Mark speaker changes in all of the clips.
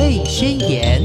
Speaker 1: 类宣言》。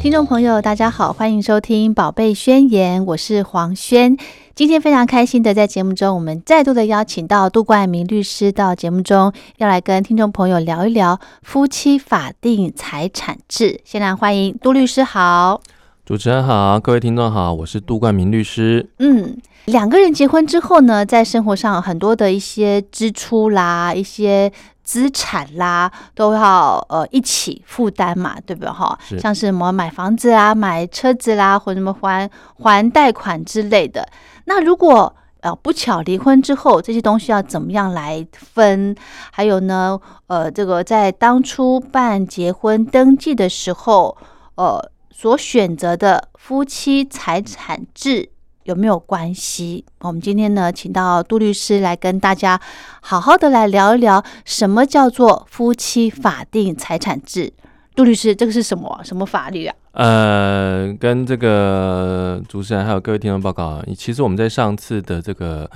Speaker 2: 听众朋友，大家好，欢迎收听《宝贝宣言》，我是黄轩。今天非常开心的在节目中，我们再度的邀请到杜冠明律师到节目中，要来跟听众朋友聊一聊夫妻法定财产制。先来欢迎杜律师好。
Speaker 3: 主持人好，各位听众好，我是杜冠明律师。
Speaker 2: 嗯，两个人结婚之后呢，在生活上很多的一些支出啦，一些资产啦，都要呃一起负担嘛，对不对哈？
Speaker 3: 是
Speaker 2: 像是什么买房子啊、买车子啦，或者什么还还贷款之类的。那如果呃不巧离婚之后，这些东西要怎么样来分？还有呢，呃，这个在当初办结婚登记的时候，呃，所选择的夫妻财产制有没有关系？我们今天呢，请到杜律师来跟大家好好的来聊一聊，什么叫做夫妻法定财产制？杜律师，这个是什么什么法律啊？
Speaker 3: 呃，跟这个主持人还有各位听众报告啊，其实我们在上次的这个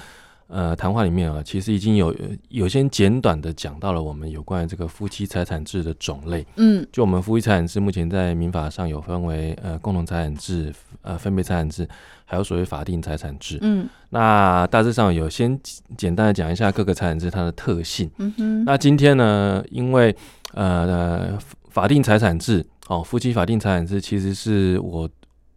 Speaker 3: 呃谈话里面啊，其实已经有有先简短的讲到了我们有关于这个夫妻财产制的种类。
Speaker 2: 嗯
Speaker 3: 就我们夫妻财产制，目前在民法上有分为呃共同财产制、呃分别财产制，还有所谓法定财产制。
Speaker 2: 嗯
Speaker 3: 那大致上有先简单的讲一下各个财产制它的特性。
Speaker 2: 嗯哼，
Speaker 3: 那今天呢，因为呃法定财产制哦，夫妻法定财产制其实是我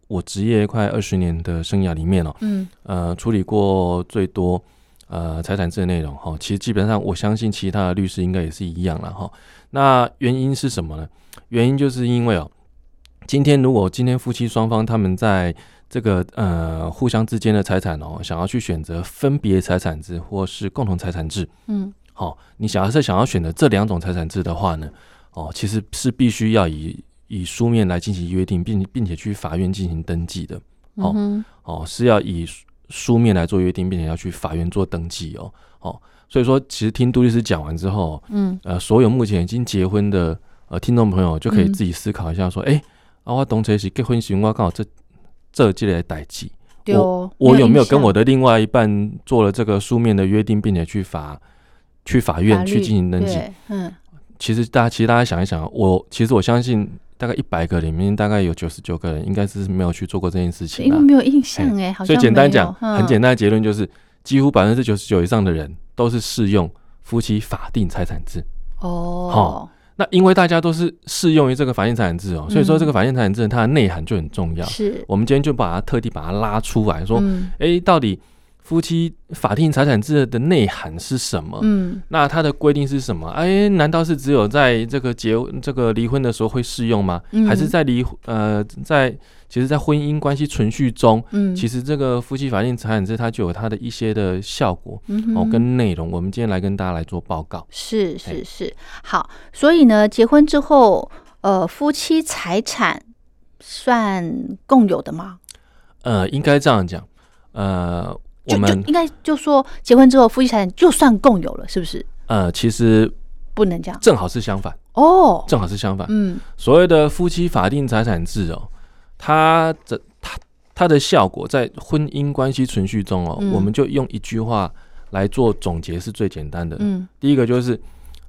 Speaker 3: 我职业快二十年的生涯里面哦，
Speaker 2: 嗯
Speaker 3: 呃处理过最多呃财产制的内容哈、哦。其实基本上我相信其他的律师应该也是一样了哈、那原因是什么呢？原因就是因为哦，今天如果今天夫妻双方他们在这个呃互相之间的财产哦，想要去选择分别财产制或是共同财产制，
Speaker 2: 嗯
Speaker 3: 好、哦你想要是想要选择这两种财产制的话呢，哦，其实是必须要以以书面来进行约定，并并且去法院进行登记的。好
Speaker 2: 嗯哼
Speaker 3: 哦，是要以书书面来做约定，并且要去法院做登记哦。哦，所以说，其实听杜律师讲完之后，
Speaker 2: 嗯
Speaker 3: 呃，所有目前已经结婚的呃听众朋友就可以
Speaker 2: 嗯
Speaker 3: 自己思考一下，说，哎、啊，我董垂是结婚时我刚好这这这类代际，
Speaker 2: 对哦，
Speaker 3: 我有没有
Speaker 2: 印
Speaker 3: 跟
Speaker 2: 象
Speaker 3: 我的另外一半做了这个书面的约定，并且去法去法
Speaker 2: 法
Speaker 3: 院
Speaker 2: 律
Speaker 3: 去进行登记？
Speaker 2: 对嗯
Speaker 3: 其实大家其实大家想一想，我其实我相信大概一百个里面大概有九十九个人应该是没有去做过这件事情
Speaker 2: 因为
Speaker 3: 的。
Speaker 2: 没有印象哎，好像
Speaker 3: 所以简单讲，
Speaker 2: 没有
Speaker 3: 很简单的结论就是，几乎百分之九十九以上的人都是适用夫妻法定财产制。
Speaker 2: 嗯哦
Speaker 3: 好，那因为大家都是适用于这个法定财产
Speaker 2: 嗯
Speaker 3: 制哦，所以说这个法定财产制它的内涵就很重要。
Speaker 2: 是
Speaker 3: 我们今天就把它特地把它拉出来说，
Speaker 2: 嗯
Speaker 3: 诶，到底夫妻法定财产制的内涵是什么？
Speaker 2: 嗯
Speaker 3: 那它的规定是什么？哎，难道是只有在这个结这个离婚的时候会适用吗？
Speaker 2: 嗯
Speaker 3: 还是在离呃在其实，在婚姻关系存续中，
Speaker 2: 嗯，
Speaker 3: 其实这个夫妻法定财产制它就有它的一些的效果、
Speaker 2: 嗯
Speaker 3: 哦
Speaker 2: 哼
Speaker 3: 跟内容。我们今天来跟大家来做报告。
Speaker 2: 是是
Speaker 3: 嘿
Speaker 2: 是，好，所以呢，结婚之后，呃，夫妻财产算共有的吗？
Speaker 3: 呃，应该这样讲，呃，我
Speaker 2: 就就
Speaker 3: 们
Speaker 2: 应该就说结婚之后，夫妻财产就算共有了，是不是？
Speaker 3: 呃其实
Speaker 2: 不能这样
Speaker 3: 正好是相反，
Speaker 2: 哦。
Speaker 3: 正好是相反。
Speaker 2: 嗯
Speaker 3: 所谓的夫妻法定财产制哦，它这它它的效果在婚姻关系存续中哦，
Speaker 2: 嗯
Speaker 3: 我们就用一句话来做总结是最简单的。
Speaker 2: 嗯，
Speaker 3: 第一个就是，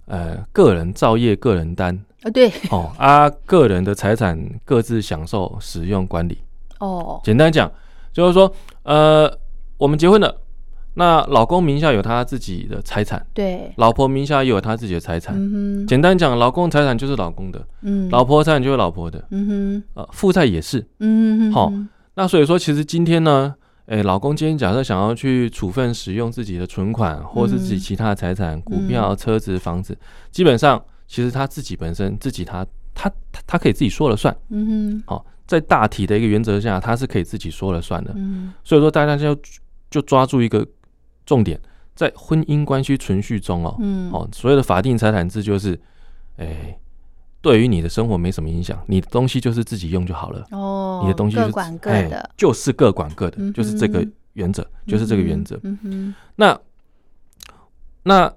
Speaker 3: 呃，个人造业个人担
Speaker 2: 啊对
Speaker 3: 哦，啊，个人的财产各自享受、使用、管理。
Speaker 2: 哦，
Speaker 3: 简单讲，就是说，呃，我们结婚了，那老公名下有他自己的财产，
Speaker 2: 对，
Speaker 3: 老婆名下也有他自己的财产。
Speaker 2: 嗯哼，
Speaker 3: 简单讲，老公财产就是老公的，
Speaker 2: 嗯，
Speaker 3: 呃老婆财产就是老婆的。
Speaker 2: 嗯哼，
Speaker 3: 呃，负债也是。
Speaker 2: 嗯哼，
Speaker 3: 好
Speaker 2: 嗯
Speaker 3: 那所以说，其实今天呢，诶，老公今天假设想要去处分使用自己的存款，或是自
Speaker 2: 嗯
Speaker 3: 己其他的财产，股票、车子、房子，基本上其实他自己本身自己他他他他可以自己说了算。
Speaker 2: 哼嗯
Speaker 3: 好、在大体的一个原则下，他是可以自己说了算的
Speaker 2: 哼，。嗯
Speaker 3: 所以说，大家就就抓住一个重点，在婚姻关系存续中哦，
Speaker 2: 嗯，
Speaker 3: 哦，所有的法定财产制就是，诶，对于你的生活没什么影响，你的东西就是自己用就好了。
Speaker 2: 哦，
Speaker 3: 你的东西
Speaker 2: 各
Speaker 3: 是
Speaker 2: 管各
Speaker 3: 哎
Speaker 2: 的，
Speaker 3: 就是各管各的，
Speaker 2: 嗯哼
Speaker 3: 就是这个原则，就是这个原则。
Speaker 2: 嗯哼，
Speaker 3: 那那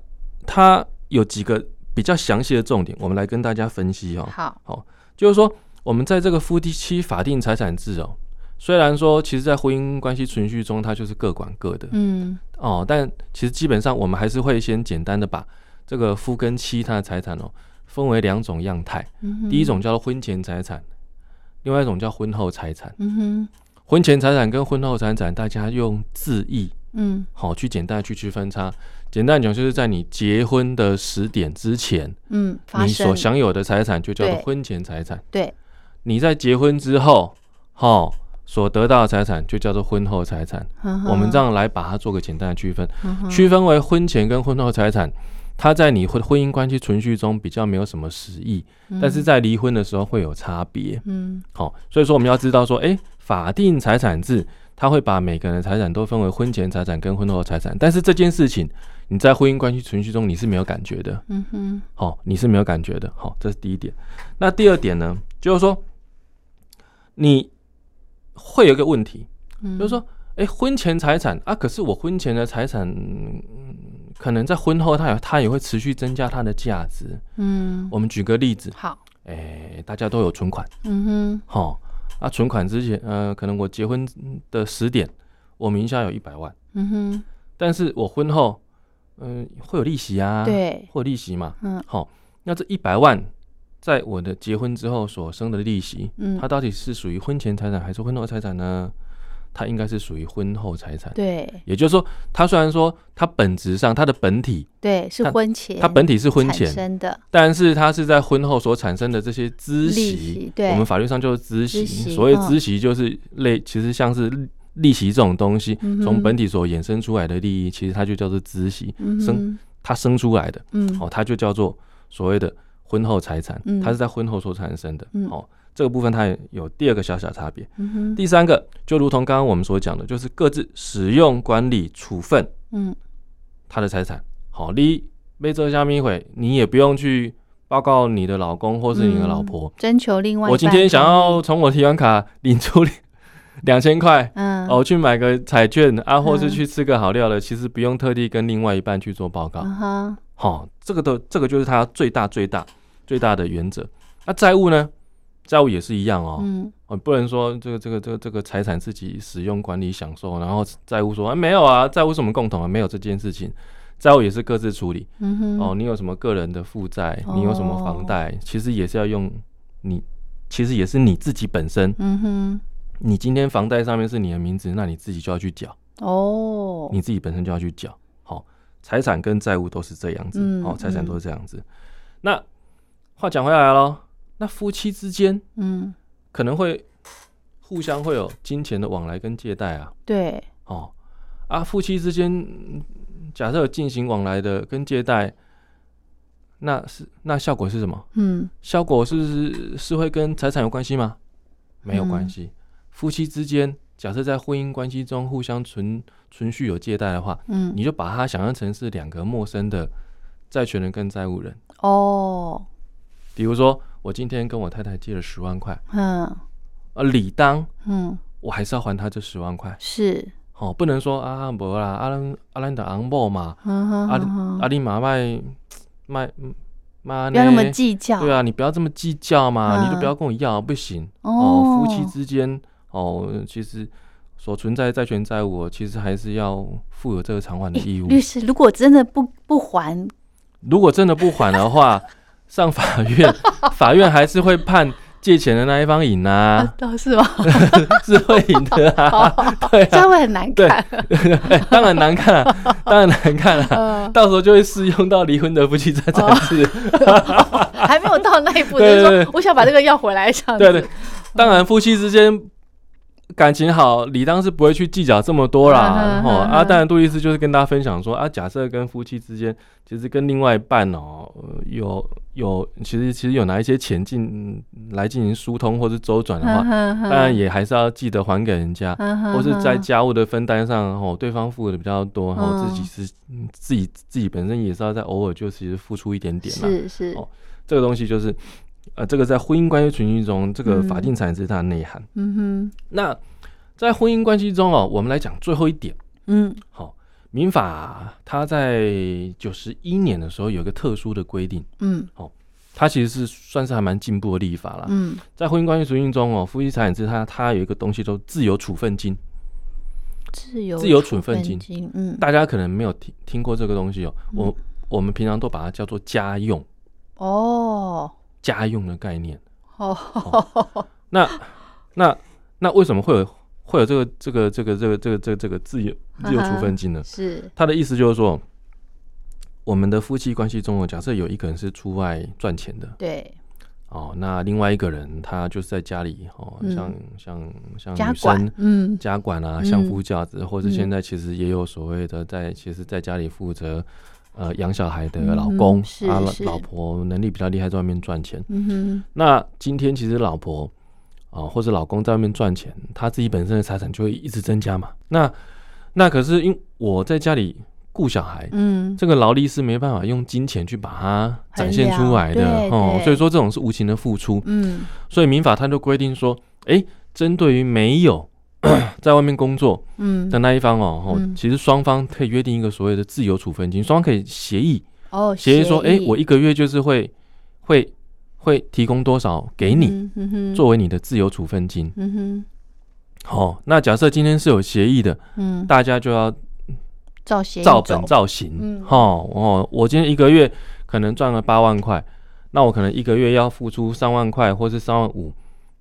Speaker 3: 它有几个比较详细的重点，我们来跟大家分析
Speaker 2: 嗯
Speaker 3: 哦
Speaker 2: 哼。好，
Speaker 3: 就是说，我们在这个夫妻法定财产制哦，虽然说其实在婚姻关系存续中，它就是各管各的、
Speaker 2: 嗯
Speaker 3: 哦，但其实基本上我们还是会先简单的把这个夫跟妻他的财产哦，分为两种样态，
Speaker 2: 嗯哼
Speaker 3: 第一，种叫做婚前财产，另外一种叫婚后财产。
Speaker 2: 嗯哼，
Speaker 3: 婚前财产跟婚后财产，大家用字义
Speaker 2: 嗯
Speaker 3: 好、去简单地去区分它。简单讲，就是在你结婚的时点之前，
Speaker 2: 嗯，发
Speaker 3: 你
Speaker 2: 生
Speaker 3: 所享有的财产就叫做
Speaker 2: 对
Speaker 3: 婚前财产；
Speaker 2: 对，
Speaker 3: 你在结婚之后，哈、所得到的财产就叫做婚后财产。我
Speaker 2: 我
Speaker 3: 们这样来把它做个简单的区分，
Speaker 2: 嗯
Speaker 3: 区分为婚前跟婚后财产。它在你婚婚姻关系存续中比较没有什么实益，但是在离婚的时候会有差别。
Speaker 2: 嗯
Speaker 3: 好、所以说我们要知道说，诶，法定财产制它会把每个人的财产都分为婚前财产跟婚后财产，但是这件事情你在婚姻关系存续中你是没有感觉的，
Speaker 2: 嗯哼
Speaker 3: 好、你是没有感觉的，好、这是第一点。那第二点呢，就是说你会有一个问题，
Speaker 2: 嗯，
Speaker 3: 就是说，诶，婚前财产啊，可是我婚前的财产。嗯可能在婚后，它也它也会持续增加它的价值。
Speaker 2: 嗯
Speaker 3: 我们举个例子，
Speaker 2: 好，
Speaker 3: 诶，大家都有存款，
Speaker 2: 嗯哼
Speaker 3: 好，啊，存款之前，呃，可能我结婚的十点，我名下有一百万，
Speaker 2: 嗯哼，
Speaker 3: 但是我婚后，嗯、会有利息啊，，
Speaker 2: 对，
Speaker 3: 会有利息嘛，
Speaker 2: 嗯
Speaker 3: 好，那这一百万在我的结婚之后所生的利息，
Speaker 2: 嗯
Speaker 3: 它到底是属于婚前财产还是婚后财产呢？它应该是属于婚后财产。
Speaker 2: 对
Speaker 3: 也就是说，它虽然说它本质上它的本体，
Speaker 2: 对是
Speaker 3: 它
Speaker 2: 婚前，
Speaker 3: 它本体是婚
Speaker 2: 产
Speaker 3: 前，
Speaker 2: 生的，
Speaker 3: 但是它是在婚后所产生的这些孳
Speaker 2: 利
Speaker 3: 息
Speaker 2: 息，对
Speaker 3: 我们法律上就是
Speaker 2: 孳
Speaker 3: 孳息。
Speaker 2: 息
Speaker 3: 所谓
Speaker 2: 嗯
Speaker 3: 孳息，就是类，其实像是利利息这种东西，
Speaker 2: 嗯
Speaker 3: 从
Speaker 2: 哼
Speaker 3: 本体所衍生出来的利益，其实它就叫做孳息，
Speaker 2: 嗯
Speaker 3: 生
Speaker 2: 哼
Speaker 3: 它生出来的，
Speaker 2: 嗯
Speaker 3: 哦，它就叫做所谓的婚后财产
Speaker 2: 嗯，
Speaker 3: 它是在婚后所产生的
Speaker 2: 嗯，
Speaker 3: 哦，这个部分它也有第二个小小差别。
Speaker 2: 嗯哼
Speaker 3: 第三个，就如同刚刚我们所讲的，就是各自使用、管理、处分
Speaker 2: 嗯
Speaker 3: 他的财产。好，你被这下面一回，你也不用去报告你的老公或是你的老婆。
Speaker 2: 征求另外一
Speaker 3: 我今
Speaker 2: 半
Speaker 3: 天想
Speaker 2: 同意
Speaker 3: 要从我提款卡领出两千块，
Speaker 2: 嗯
Speaker 3: 哦，去买个彩券啊，或
Speaker 2: 嗯
Speaker 3: 是去吃个好料的，其实不用特地跟另外一半去做报告。
Speaker 2: 嗯哼
Speaker 3: 好、这个都这个就是他最大最大最大的原则。那债务呢？债务也是一样哦，
Speaker 2: 嗯
Speaker 3: 哦，不能说这个这个这个这个财产自己使用、管理、享受，然后债务说啊没有啊，债务什么共同啊，没有这件事情，债务也是各自处理。
Speaker 2: 嗯哼
Speaker 3: 哦，你有什么个人的负债，你有什么
Speaker 2: 哦
Speaker 3: 房贷，其实也是要用你，其实也是你自己本身。
Speaker 2: 嗯哼
Speaker 3: 你今天房贷上面是你的名字，那你自己就要去缴，
Speaker 2: 哦
Speaker 3: 你自己本身就要去缴。好、财产跟债务都是这样子，
Speaker 2: 嗯
Speaker 3: 好、财产
Speaker 2: 嗯
Speaker 3: 都是这样子。那话讲回来咯，那夫妻之间
Speaker 2: 嗯
Speaker 3: 可能会互相会有金钱的往来跟借贷啊，
Speaker 2: 对
Speaker 3: 哦，啊，夫妻之间嗯假设有进行往来的跟借贷，那是那效果是什么？
Speaker 2: 嗯
Speaker 3: 效果是是是会跟财产有关系吗？没有关
Speaker 2: 嗯
Speaker 3: 系。夫妻之间，假设在婚姻关系中互相存存续有借贷的话，
Speaker 2: 嗯
Speaker 3: 你就把它想象成是两个陌生的债权人跟债务人。
Speaker 2: 哦
Speaker 3: 比如说，我今天跟我太太借了十万块，
Speaker 2: 嗯
Speaker 3: 呃，理当
Speaker 2: 嗯
Speaker 3: 我还是要还她这十万块。
Speaker 2: 是
Speaker 3: 哦，不能说啊，无啦，啊咱啊咱的昂某嘛，
Speaker 2: 嗯哼
Speaker 3: 啊
Speaker 2: 嗯哼
Speaker 3: 啊你嘛卖卖妈
Speaker 2: 不要那么
Speaker 3: 呢？
Speaker 2: 计较
Speaker 3: 对啊，你不要这么计较嘛，你就
Speaker 2: 嗯
Speaker 3: 不要跟我要，不行。
Speaker 2: 哦
Speaker 3: 夫妻之间哦，其实所存在的债权债务哦，其实还是要负有这个偿还的义务。
Speaker 2: 律师，如果真的不不还，
Speaker 3: 如果真的不还 的话，上法院，法院还是会判借钱的那一方赢 啊，
Speaker 2: 倒是 吧，
Speaker 3: 是会赢的啊。对
Speaker 2: 这
Speaker 3: 啊，
Speaker 2: 样会很难
Speaker 3: 对
Speaker 2: 看。
Speaker 3: 哎 当然难看啊，当然难看啊。
Speaker 2: 嗯，
Speaker 3: 到时候就会适用到离婚的 夫妻财产制。
Speaker 2: 还没有到那一 步，就
Speaker 3: 对
Speaker 2: 是
Speaker 3: 对
Speaker 2: 说
Speaker 3: 对
Speaker 2: 我想把这个要回来，这样
Speaker 3: 对
Speaker 2: 子。
Speaker 3: 对，当然夫妻之间感情好，理当是不会去计较这么多啦
Speaker 2: 嗯。哼
Speaker 3: 哦
Speaker 2: 嗯
Speaker 3: 啊，
Speaker 2: 哼
Speaker 3: 当然杜律师就是跟大家分享说啊，假设跟夫妻之间，其实跟另外一半哦，呃有有其实其实有拿一些钱进来进行疏通或是周转的话，
Speaker 2: 当
Speaker 3: 当然，也还是要记得还给人家。或
Speaker 2: 或
Speaker 3: 是在家务的分担上，哦，对方付的比较多，然后
Speaker 2: 嗯
Speaker 3: 自己是嗯自己自己本身也是要在偶尔就其实付出一点点啦。
Speaker 2: 是是，
Speaker 3: 哦这个东西就是，呃，这个在婚姻关系存续中，这个
Speaker 2: 嗯
Speaker 3: 法定财产是它的内涵。
Speaker 2: 嗯
Speaker 3: 那在婚姻关系中哦，我们来讲最后一点，
Speaker 2: 哼，嗯
Speaker 3: 好、民法它在九十一年的时候有一个特殊的规定，
Speaker 2: 嗯
Speaker 3: 它其实是算是还蛮进步的立法啦。
Speaker 2: 嗯，
Speaker 3: 在婚姻关系存续中哦，夫妻财产制它它有一个东西叫做自由处分金，
Speaker 2: 自由
Speaker 3: 自由
Speaker 2: 处
Speaker 3: 处分金
Speaker 2: 金，嗯嗯
Speaker 3: 大家可能没有听听过这个东西哦。我我们平常都把它叫做家用，
Speaker 2: 哦
Speaker 3: 家用的概念。
Speaker 2: 哦，
Speaker 3: 那那那为什么会有会有这个这个这个这个这个这个这个自由
Speaker 2: 嗯
Speaker 3: 自由处分金 呢？
Speaker 2: 是
Speaker 3: 他的意思就是说，我们的夫妻关系中，假设有一个人是出外赚钱的
Speaker 2: 对
Speaker 3: 哦，那另外一个人他就是在家里哦，
Speaker 2: 嗯
Speaker 3: 像像像
Speaker 2: 家
Speaker 3: 啊女
Speaker 2: 管
Speaker 3: 生，
Speaker 2: 嗯
Speaker 3: 家管啊，
Speaker 2: 嗯
Speaker 3: 相夫教子，或者
Speaker 2: 嗯
Speaker 3: 现在其实也有所谓的在，其实在家里负责呃养小孩的老公、
Speaker 2: 嗯是
Speaker 3: 啊
Speaker 2: 是，
Speaker 3: 老婆能力比较厉害，在外面赚钱。
Speaker 2: 嗯
Speaker 3: 那今天其实老婆啊、或者老公在外面赚钱，他自己本身的财产就会一直增加嘛。那那可是因为我在家里顾小孩
Speaker 2: 哼，嗯
Speaker 3: 这个劳力是没办法用金钱去把它展现出来的
Speaker 2: 衡量对
Speaker 3: 哦
Speaker 2: 对，
Speaker 3: 所以说这种是无情的付出。
Speaker 2: 嗯
Speaker 3: 所以民法它就规定说，诶，针对于没有 在外面工作
Speaker 2: 嗯
Speaker 3: 的那一方哦，哦
Speaker 2: 嗯
Speaker 3: 其实双方可以约定一个所谓的自由处分金，双方可以协议
Speaker 2: 哦，
Speaker 3: 协议说，诶，我一个月就是会会会提供多少给你。
Speaker 2: 嗯嗯哼
Speaker 3: 作为你的自由处分金，
Speaker 2: 嗯
Speaker 3: 哦，那假设今天是有协议的，
Speaker 2: 哼嗯
Speaker 3: 大家就要
Speaker 2: 照协议
Speaker 3: 照本
Speaker 2: 走
Speaker 3: 照行，
Speaker 2: 嗯
Speaker 3: 哦哦，我今天一个月可能赚了八万块，那我可能一个月要付出三万块或是三万五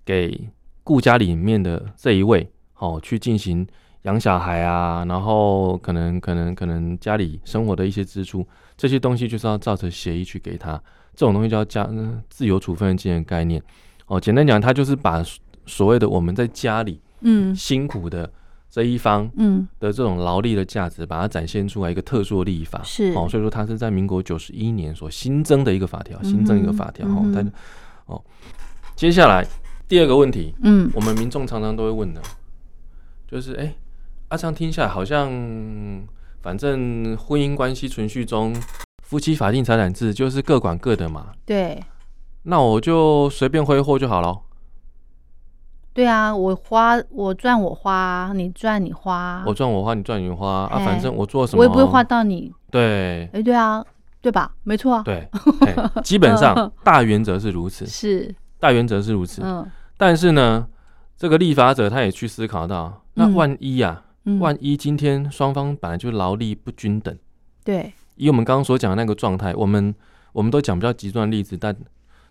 Speaker 3: 给顾家里面的这一位，哦，去进行养小孩啊，然后可能可能可能家里生活的一些支出，这些东西就是要照着协议去给他，这种东西叫家、嗯自由处分金的概念，哦，简单讲，它就是把所所谓的我们在家里
Speaker 2: 嗯
Speaker 3: 辛苦的这一方。
Speaker 2: 嗯
Speaker 3: 的这种劳力的价值，把它展现出来一个特殊的立法。
Speaker 2: 是
Speaker 3: 哦，所以说它是在民国九十一年所新增的一个法条，
Speaker 2: 嗯哼
Speaker 3: 新增一个法条。哦
Speaker 2: 嗯哼，
Speaker 3: 但哦，接下来第二个问题，
Speaker 2: 嗯
Speaker 3: 我们民众常常都会问的，就是哎，阿、昌听下来好像，反正婚姻关系存续中，夫妻法定财产制就是各管各的嘛，
Speaker 2: 对
Speaker 3: 那我就随便挥霍就好了，
Speaker 2: 对啊，我花我赚我花，你赚你花，
Speaker 3: 我赚我花，你赚你花啊，
Speaker 2: 啊哎
Speaker 3: 反正我做什么
Speaker 2: 我也不会花，到你，
Speaker 3: 对。
Speaker 2: 哎对啊对吧？没错啊，
Speaker 3: 对，嘿基本上大原则是如此，
Speaker 2: 是
Speaker 3: 大原则是如此。
Speaker 2: 嗯
Speaker 3: 但是呢，这个立法者他也去思考到，那
Speaker 2: 嗯
Speaker 3: 万一啊，
Speaker 2: 嗯
Speaker 3: 万一今天双方本来就劳力不均等，
Speaker 2: 对
Speaker 3: 以我们刚刚所讲的那个状态，我们我们都讲比较极端的例子，但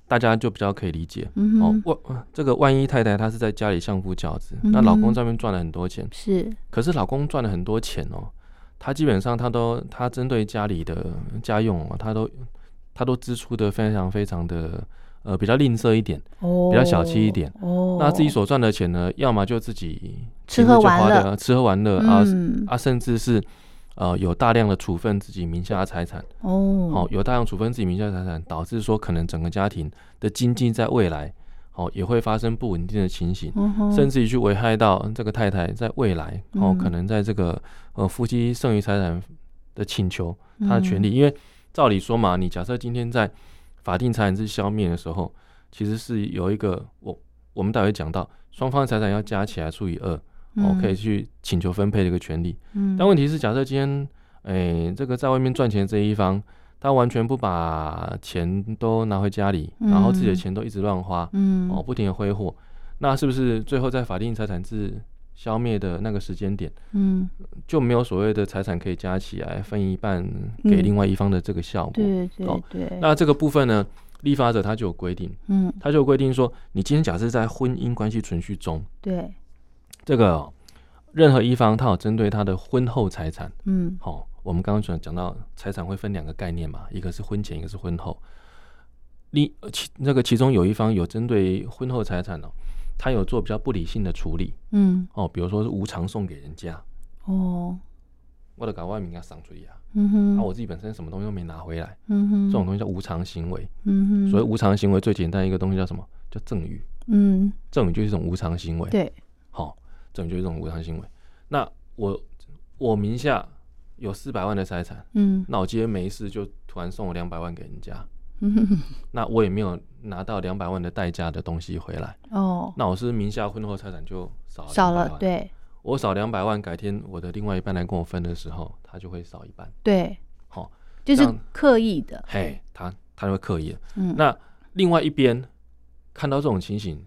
Speaker 3: 大家就比较可以理解。
Speaker 2: 嗯
Speaker 3: 哦
Speaker 2: 哼，
Speaker 3: 万呃这个万一太太她是在家里相夫教子，
Speaker 2: 嗯
Speaker 3: 那
Speaker 2: 哼
Speaker 3: 老公在外面赚了很多钱，
Speaker 2: 是
Speaker 3: 可是老公赚了很多钱哦，他基本上他都他针对家里的家用哦，他都他都支出的非常非常的呃比较吝啬一点。
Speaker 2: 哦
Speaker 3: 比较小气一点
Speaker 2: 哦，
Speaker 3: 那自己所赚的钱呢，要么就自己
Speaker 2: 吃喝
Speaker 3: 就
Speaker 2: 玩
Speaker 3: 花
Speaker 2: 乐
Speaker 3: 的吃喝玩乐啊
Speaker 2: 嗯
Speaker 3: 啊，甚至是呃有大量的处分自己名下的财产，
Speaker 2: 哦
Speaker 3: 哦，有大量处分自己名下的财产，导致说可能整个家庭的经济在未来哦也会发生不稳定的情形。
Speaker 2: 嗯哼
Speaker 3: 甚至于去危害到这个太太在未来哦，
Speaker 2: 嗯
Speaker 3: 可能在这个呃夫妻剩余财产的请求，她的权
Speaker 2: 嗯
Speaker 3: 利，因为照理说嘛，你假设今天在法定财产制消灭的时候，其实是有一个我我们待会讲到双方的财产要加起来除以二，哦，可以去请求分配的一个权利。
Speaker 2: 嗯
Speaker 3: 但问题是，假设今天诶、这个在外面赚钱的这一方，他完全不把钱都拿回家里，然后自己的
Speaker 2: 嗯
Speaker 3: 钱都一直乱花，
Speaker 2: 嗯
Speaker 3: 哦，不停的挥霍，那是不是最后在法定财产制消灭的那个时间点，
Speaker 2: 嗯
Speaker 3: 就没有所谓的财产可以加起来分一半
Speaker 2: 嗯
Speaker 3: 给另外一方的这个效果？
Speaker 2: 对对
Speaker 3: 哦
Speaker 2: 对
Speaker 3: 那这个部分呢，立法者他就有规定，
Speaker 2: 嗯
Speaker 3: 他就有规定说，你今天假设在婚姻关系存续中，
Speaker 2: 对
Speaker 3: 这个哦、任何一方他有针对他的婚后财产，
Speaker 2: 嗯
Speaker 3: 好、我们刚刚讲讲到财产会分两个概念嘛，一个是婚前，一个是婚后。另呃其那个其中有一方有针对婚后财产哦，他有做比较不理性的处理
Speaker 2: 嗯
Speaker 3: 哦，比如说是无偿送给人家，
Speaker 2: 哦
Speaker 3: 我的搞外面给他赏出去啊，
Speaker 2: 嗯哼
Speaker 3: 那、我自己本身什么东西都没拿回来，
Speaker 2: 嗯哼
Speaker 3: 这种东西叫无偿行为。
Speaker 2: 嗯哼
Speaker 3: 所谓无偿行为最简单一个东西叫什么？叫赠与，
Speaker 2: 嗯
Speaker 3: 赠与就是一种无偿行为。
Speaker 2: 对
Speaker 3: 好、赠与就是一种无偿行为。那我我名下有四百万的财产，
Speaker 2: 嗯
Speaker 3: 那我今天没事就突然送了两百万给人家，
Speaker 2: 嗯哼
Speaker 3: 那我也没有拿到两百万的代价的东西回来，
Speaker 2: 哦
Speaker 3: 那我是名下婚后财产就少了
Speaker 2: 少
Speaker 3: 200
Speaker 2: 了
Speaker 3: 万，
Speaker 2: 对
Speaker 3: 我少两百万，改天我的另外一半来跟我分的时候，他就会少一半，
Speaker 2: 对
Speaker 3: 好
Speaker 2: 就是
Speaker 3: 这样
Speaker 2: 刻意的
Speaker 3: 嘿，他他就会刻意了。
Speaker 2: 嗯
Speaker 3: 那另外一边看到这种情形，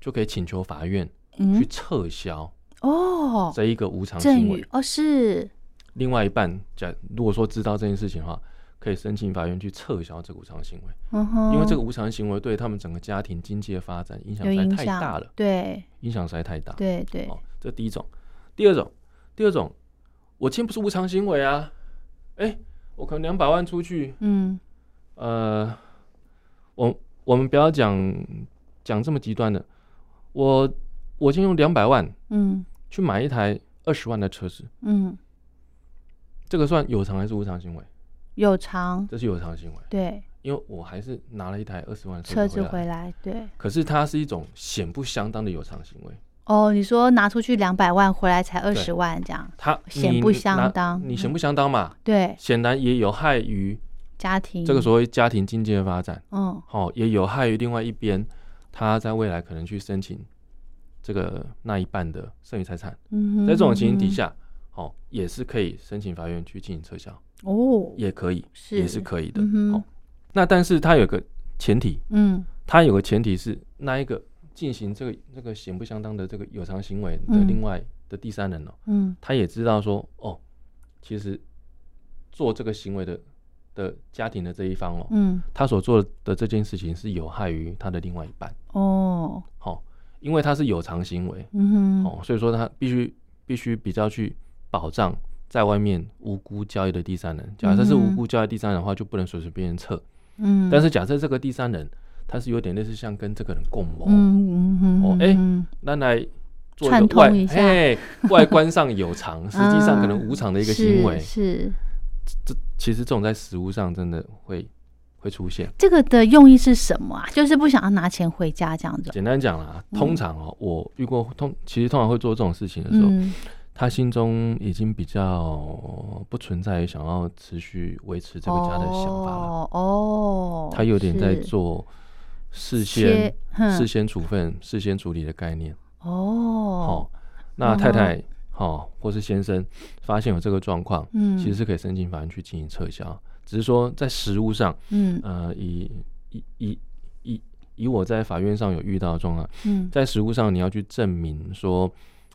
Speaker 3: 就可以请求法院去
Speaker 2: 嗯
Speaker 3: 撤销
Speaker 2: 哦
Speaker 3: 这一个无偿
Speaker 2: 赠
Speaker 3: 行为
Speaker 2: 与。哦是
Speaker 3: 另外一半假如果说知道这件事情的话，可以申请法院去撤销这个无偿行为，
Speaker 2: 嗯哼，
Speaker 3: 因为这个无偿行为对他们整个家庭经济的发展影响
Speaker 2: 有
Speaker 3: 实在
Speaker 2: 影
Speaker 3: 太
Speaker 2: 响
Speaker 3: 大了，
Speaker 2: 对
Speaker 3: 影响实在太大。
Speaker 2: 对对，
Speaker 3: 哦，这第一种。第二种，第二种，我今天不是无偿行为啊，哎，我可能两百万出去，
Speaker 2: 嗯
Speaker 3: 呃，我我们不要讲讲这么极端的，我我先用两百万
Speaker 2: 嗯
Speaker 3: 去买一台二十万的车子，
Speaker 2: 嗯，
Speaker 3: 这个算有偿还是无偿行为？
Speaker 2: 有偿，
Speaker 3: 这是有偿行为，
Speaker 2: 对，
Speaker 3: 因为我还是拿了一台二十万的
Speaker 2: 车
Speaker 3: 子
Speaker 2: 子
Speaker 3: 回
Speaker 2: 回
Speaker 3: 来，
Speaker 2: 来，对。
Speaker 3: 可是它是一种显不相当的有偿行为，
Speaker 2: 哦，你说拿出去两百万，回来才二
Speaker 3: 对
Speaker 2: 十万这样，
Speaker 3: 它
Speaker 2: 显
Speaker 3: 你
Speaker 2: 不
Speaker 3: 拿
Speaker 2: 相当嗯
Speaker 3: 你显不相当嘛？
Speaker 2: 对
Speaker 3: 显然也有害于
Speaker 2: 家庭
Speaker 3: 这个所谓家庭经济的发展，
Speaker 2: 嗯
Speaker 3: 哦，也有害于另外一边，他在未来可能去申请这个那一半的剩余财产，
Speaker 2: 嗯哼，
Speaker 3: 在这种情形底
Speaker 2: 嗯
Speaker 3: 下，哦，也是可以申请法院去进行撤销，
Speaker 2: 哼哦，
Speaker 3: 也可以，
Speaker 2: 是
Speaker 3: 也是可以的。
Speaker 2: 嗯哼
Speaker 3: 哦，那但是它有个前提，
Speaker 2: 嗯
Speaker 3: 它有个前提是那一个进行这个这个显不相当的这个有偿行为的
Speaker 2: 嗯
Speaker 3: 另外的第三人哦，
Speaker 2: 嗯
Speaker 3: 他也知道说，哦，其实做这个行为的的家庭的这一方哦，
Speaker 2: 嗯
Speaker 3: 他所做的这件事情是有害于他的另外一半，
Speaker 2: 哦，
Speaker 3: 好、因为他是有偿行为，
Speaker 2: 嗯哼，
Speaker 3: 哦，所以说他必须必须比较去保障在外面无辜交易的第三人。假设是无
Speaker 2: 嗯
Speaker 3: 辜交易第三人的话，就不能随随便便撤。
Speaker 2: 嗯，
Speaker 3: 但是假设这个第三人他是有点类似像跟这个人共谋，
Speaker 2: 嗯嗯嗯，
Speaker 3: 哦
Speaker 2: 嗯
Speaker 3: 哎
Speaker 2: 嗯
Speaker 3: 那来做
Speaker 2: 串
Speaker 3: 一个
Speaker 2: 通
Speaker 3: 外
Speaker 2: 一下
Speaker 3: 嘿外观上有 偿，实际上可能
Speaker 2: 嗯
Speaker 3: 无偿的一个
Speaker 2: 是
Speaker 3: 行为，
Speaker 2: 是
Speaker 3: 其实这种在实物上真的会会出现。
Speaker 2: 这个的用意是什么啊？就是不想要拿钱回家这样子。
Speaker 3: 简单讲啦，
Speaker 2: 嗯
Speaker 3: 通常哦、我遇过通，其实通常会做这种事情的时候，
Speaker 2: 嗯
Speaker 3: 他心中已经比较不存在于想要持续维持这个家的想法了，
Speaker 2: 哦哦，
Speaker 3: 他有点在
Speaker 2: 是
Speaker 3: 做事先
Speaker 2: 切哼
Speaker 3: 事先处分、事先处理的概念。
Speaker 2: 哦，
Speaker 3: 哦，那太太哦，或是先生发现有这个状况，
Speaker 2: 嗯，
Speaker 3: 其实是可以申请法院去进行撤销，只是说在实务上，
Speaker 2: 嗯
Speaker 3: 呃，以以以以以我在法院上有遇到的状况，
Speaker 2: 嗯
Speaker 3: 在实务上你要去证明说，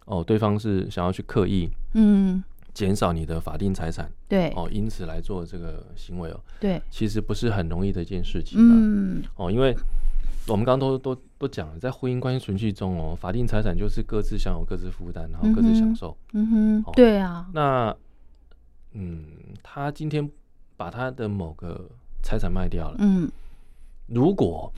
Speaker 3: 哦，对方是想要去刻意
Speaker 2: 嗯，
Speaker 3: 减少你的法定财产。
Speaker 2: 对
Speaker 3: 哦，因此来做这个行为哦，
Speaker 2: 对，
Speaker 3: 其实不是很容易的一件事情、啊。
Speaker 2: 嗯
Speaker 3: 哦，因为我们刚刚都都都讲了，在婚姻关系存续中哦，法定财产就是各自享有各自负担，然后各自
Speaker 2: 嗯
Speaker 3: 享
Speaker 2: 哼
Speaker 3: 受。
Speaker 2: 嗯
Speaker 3: 哦
Speaker 2: 哼，对啊，
Speaker 3: 那嗯，他今天把他的某个财产卖掉了，
Speaker 2: 嗯
Speaker 3: 如果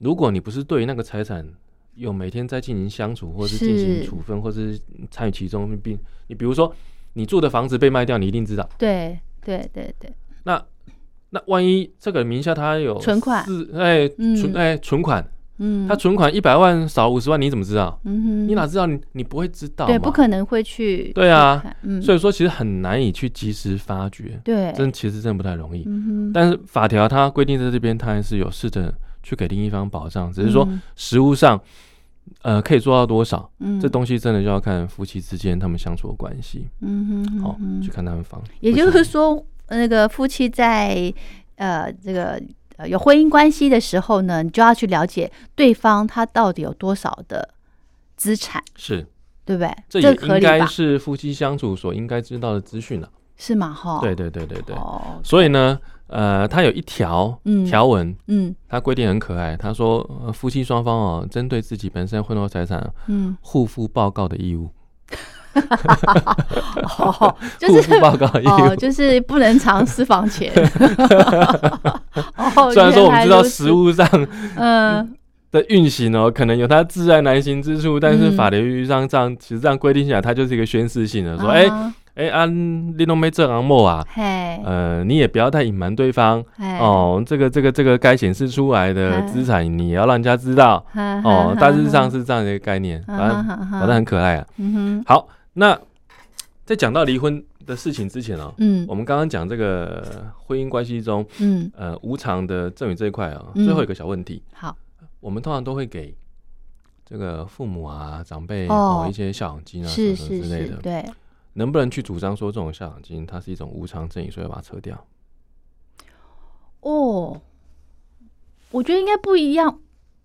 Speaker 3: 如果你不是对于那个财产有每天在进行相处，或是进行
Speaker 2: 是
Speaker 3: 处分，或是参与其中，并你比如说你住的房子被卖掉，你一定知道。
Speaker 2: 对对对对，
Speaker 3: 那那万一这个人名下他有
Speaker 2: 存款
Speaker 3: 四，哎，存
Speaker 2: 嗯
Speaker 3: 哎存款，
Speaker 2: 嗯，
Speaker 3: 他存款一百万少五十万，你怎么知道？
Speaker 2: 嗯哼，
Speaker 3: 你哪知道？你你不会知道嘛，
Speaker 2: 对，不可能会去
Speaker 3: 对啊
Speaker 2: 去看，嗯，
Speaker 3: 所以说，其实很难以去及时发觉，
Speaker 2: 对，
Speaker 3: 真其实真的不太容易。
Speaker 2: 嗯哼，
Speaker 3: 但是法条它规定在这边，它还是有试着去给另一方保障，只是说
Speaker 2: 嗯
Speaker 3: 实物上，呃，可以做到多少，
Speaker 2: 嗯
Speaker 3: 这东西真的就要看夫妻之间他们相处的关系，
Speaker 2: 嗯哼，
Speaker 3: 好
Speaker 2: 嗯哼
Speaker 3: 去看他们方。
Speaker 2: 也
Speaker 3: 不
Speaker 2: 就是
Speaker 3: 行
Speaker 2: 说，那个夫妻在呃这个呃有婚姻关系的时候呢，你就要去了解对方他到底有多少的资产，
Speaker 3: 是，
Speaker 2: 对不对？
Speaker 3: 这
Speaker 2: 这
Speaker 3: 也
Speaker 2: 合
Speaker 3: 应
Speaker 2: 理
Speaker 3: 该
Speaker 2: 吧？
Speaker 3: 是夫妻相处所应该知道的资讯了。
Speaker 2: 是吗？哈，
Speaker 3: 对对对对对。
Speaker 2: 哦，
Speaker 3: 所以呢，呃，它有一条
Speaker 2: 嗯
Speaker 3: 条文，
Speaker 2: 嗯
Speaker 3: 它规定很可爱。他说，呃夫妻双方哦，针对自己本身婚后财产
Speaker 2: 嗯，
Speaker 3: 互负报告的义务，
Speaker 2: 哦，就
Speaker 3: 互
Speaker 2: 是
Speaker 3: 负报告的义务。
Speaker 2: 哦，就是不能藏私房 钱。哦，
Speaker 3: 虽然说
Speaker 2: 原
Speaker 3: 我们知道
Speaker 2: 来如此
Speaker 3: 实，务上
Speaker 2: 嗯，
Speaker 3: 的运行哦，可能有它自然难行之处，但是
Speaker 2: 嗯
Speaker 3: 法律上这样、其实这样规定起来，它就是一个宣示性的，说，哎
Speaker 2: 啊
Speaker 3: 哎啊，你都没正昂莫啊，
Speaker 2: 嘿，
Speaker 3: 呃，你也不要太隐瞒对方
Speaker 2: 嘿，
Speaker 3: 哦，这个这个这个该显示出来的
Speaker 2: 哎嗯
Speaker 3: 资产，你也要让人家知道
Speaker 2: 哈哈
Speaker 3: 哦
Speaker 2: 哈，啊
Speaker 3: 大致上
Speaker 2: 哈
Speaker 3: 是这样的一个概念，反正
Speaker 2: 哈哈哈
Speaker 3: 反正很可爱啊。
Speaker 2: 嗯哼，
Speaker 3: 好，那在讲到离婚的事情之前哦，
Speaker 2: 嗯
Speaker 3: 我们刚刚讲这个婚姻关系中，
Speaker 2: 嗯，
Speaker 3: 呃，无偿的赠与这一块啊、
Speaker 2: 嗯
Speaker 3: 最后一个小问题，
Speaker 2: 好，
Speaker 3: 我们通常都会给这个父母啊、长辈
Speaker 2: 哦
Speaker 3: 哦一些孝养金啊
Speaker 2: 是
Speaker 3: 什么什
Speaker 2: 是
Speaker 3: 么之类
Speaker 2: 是，
Speaker 3: 的，
Speaker 2: 对，
Speaker 3: 能不能去主张说这种孝养金它是一种无偿赠与，所以要把它撤掉？
Speaker 2: 哦，我觉得应该不一样，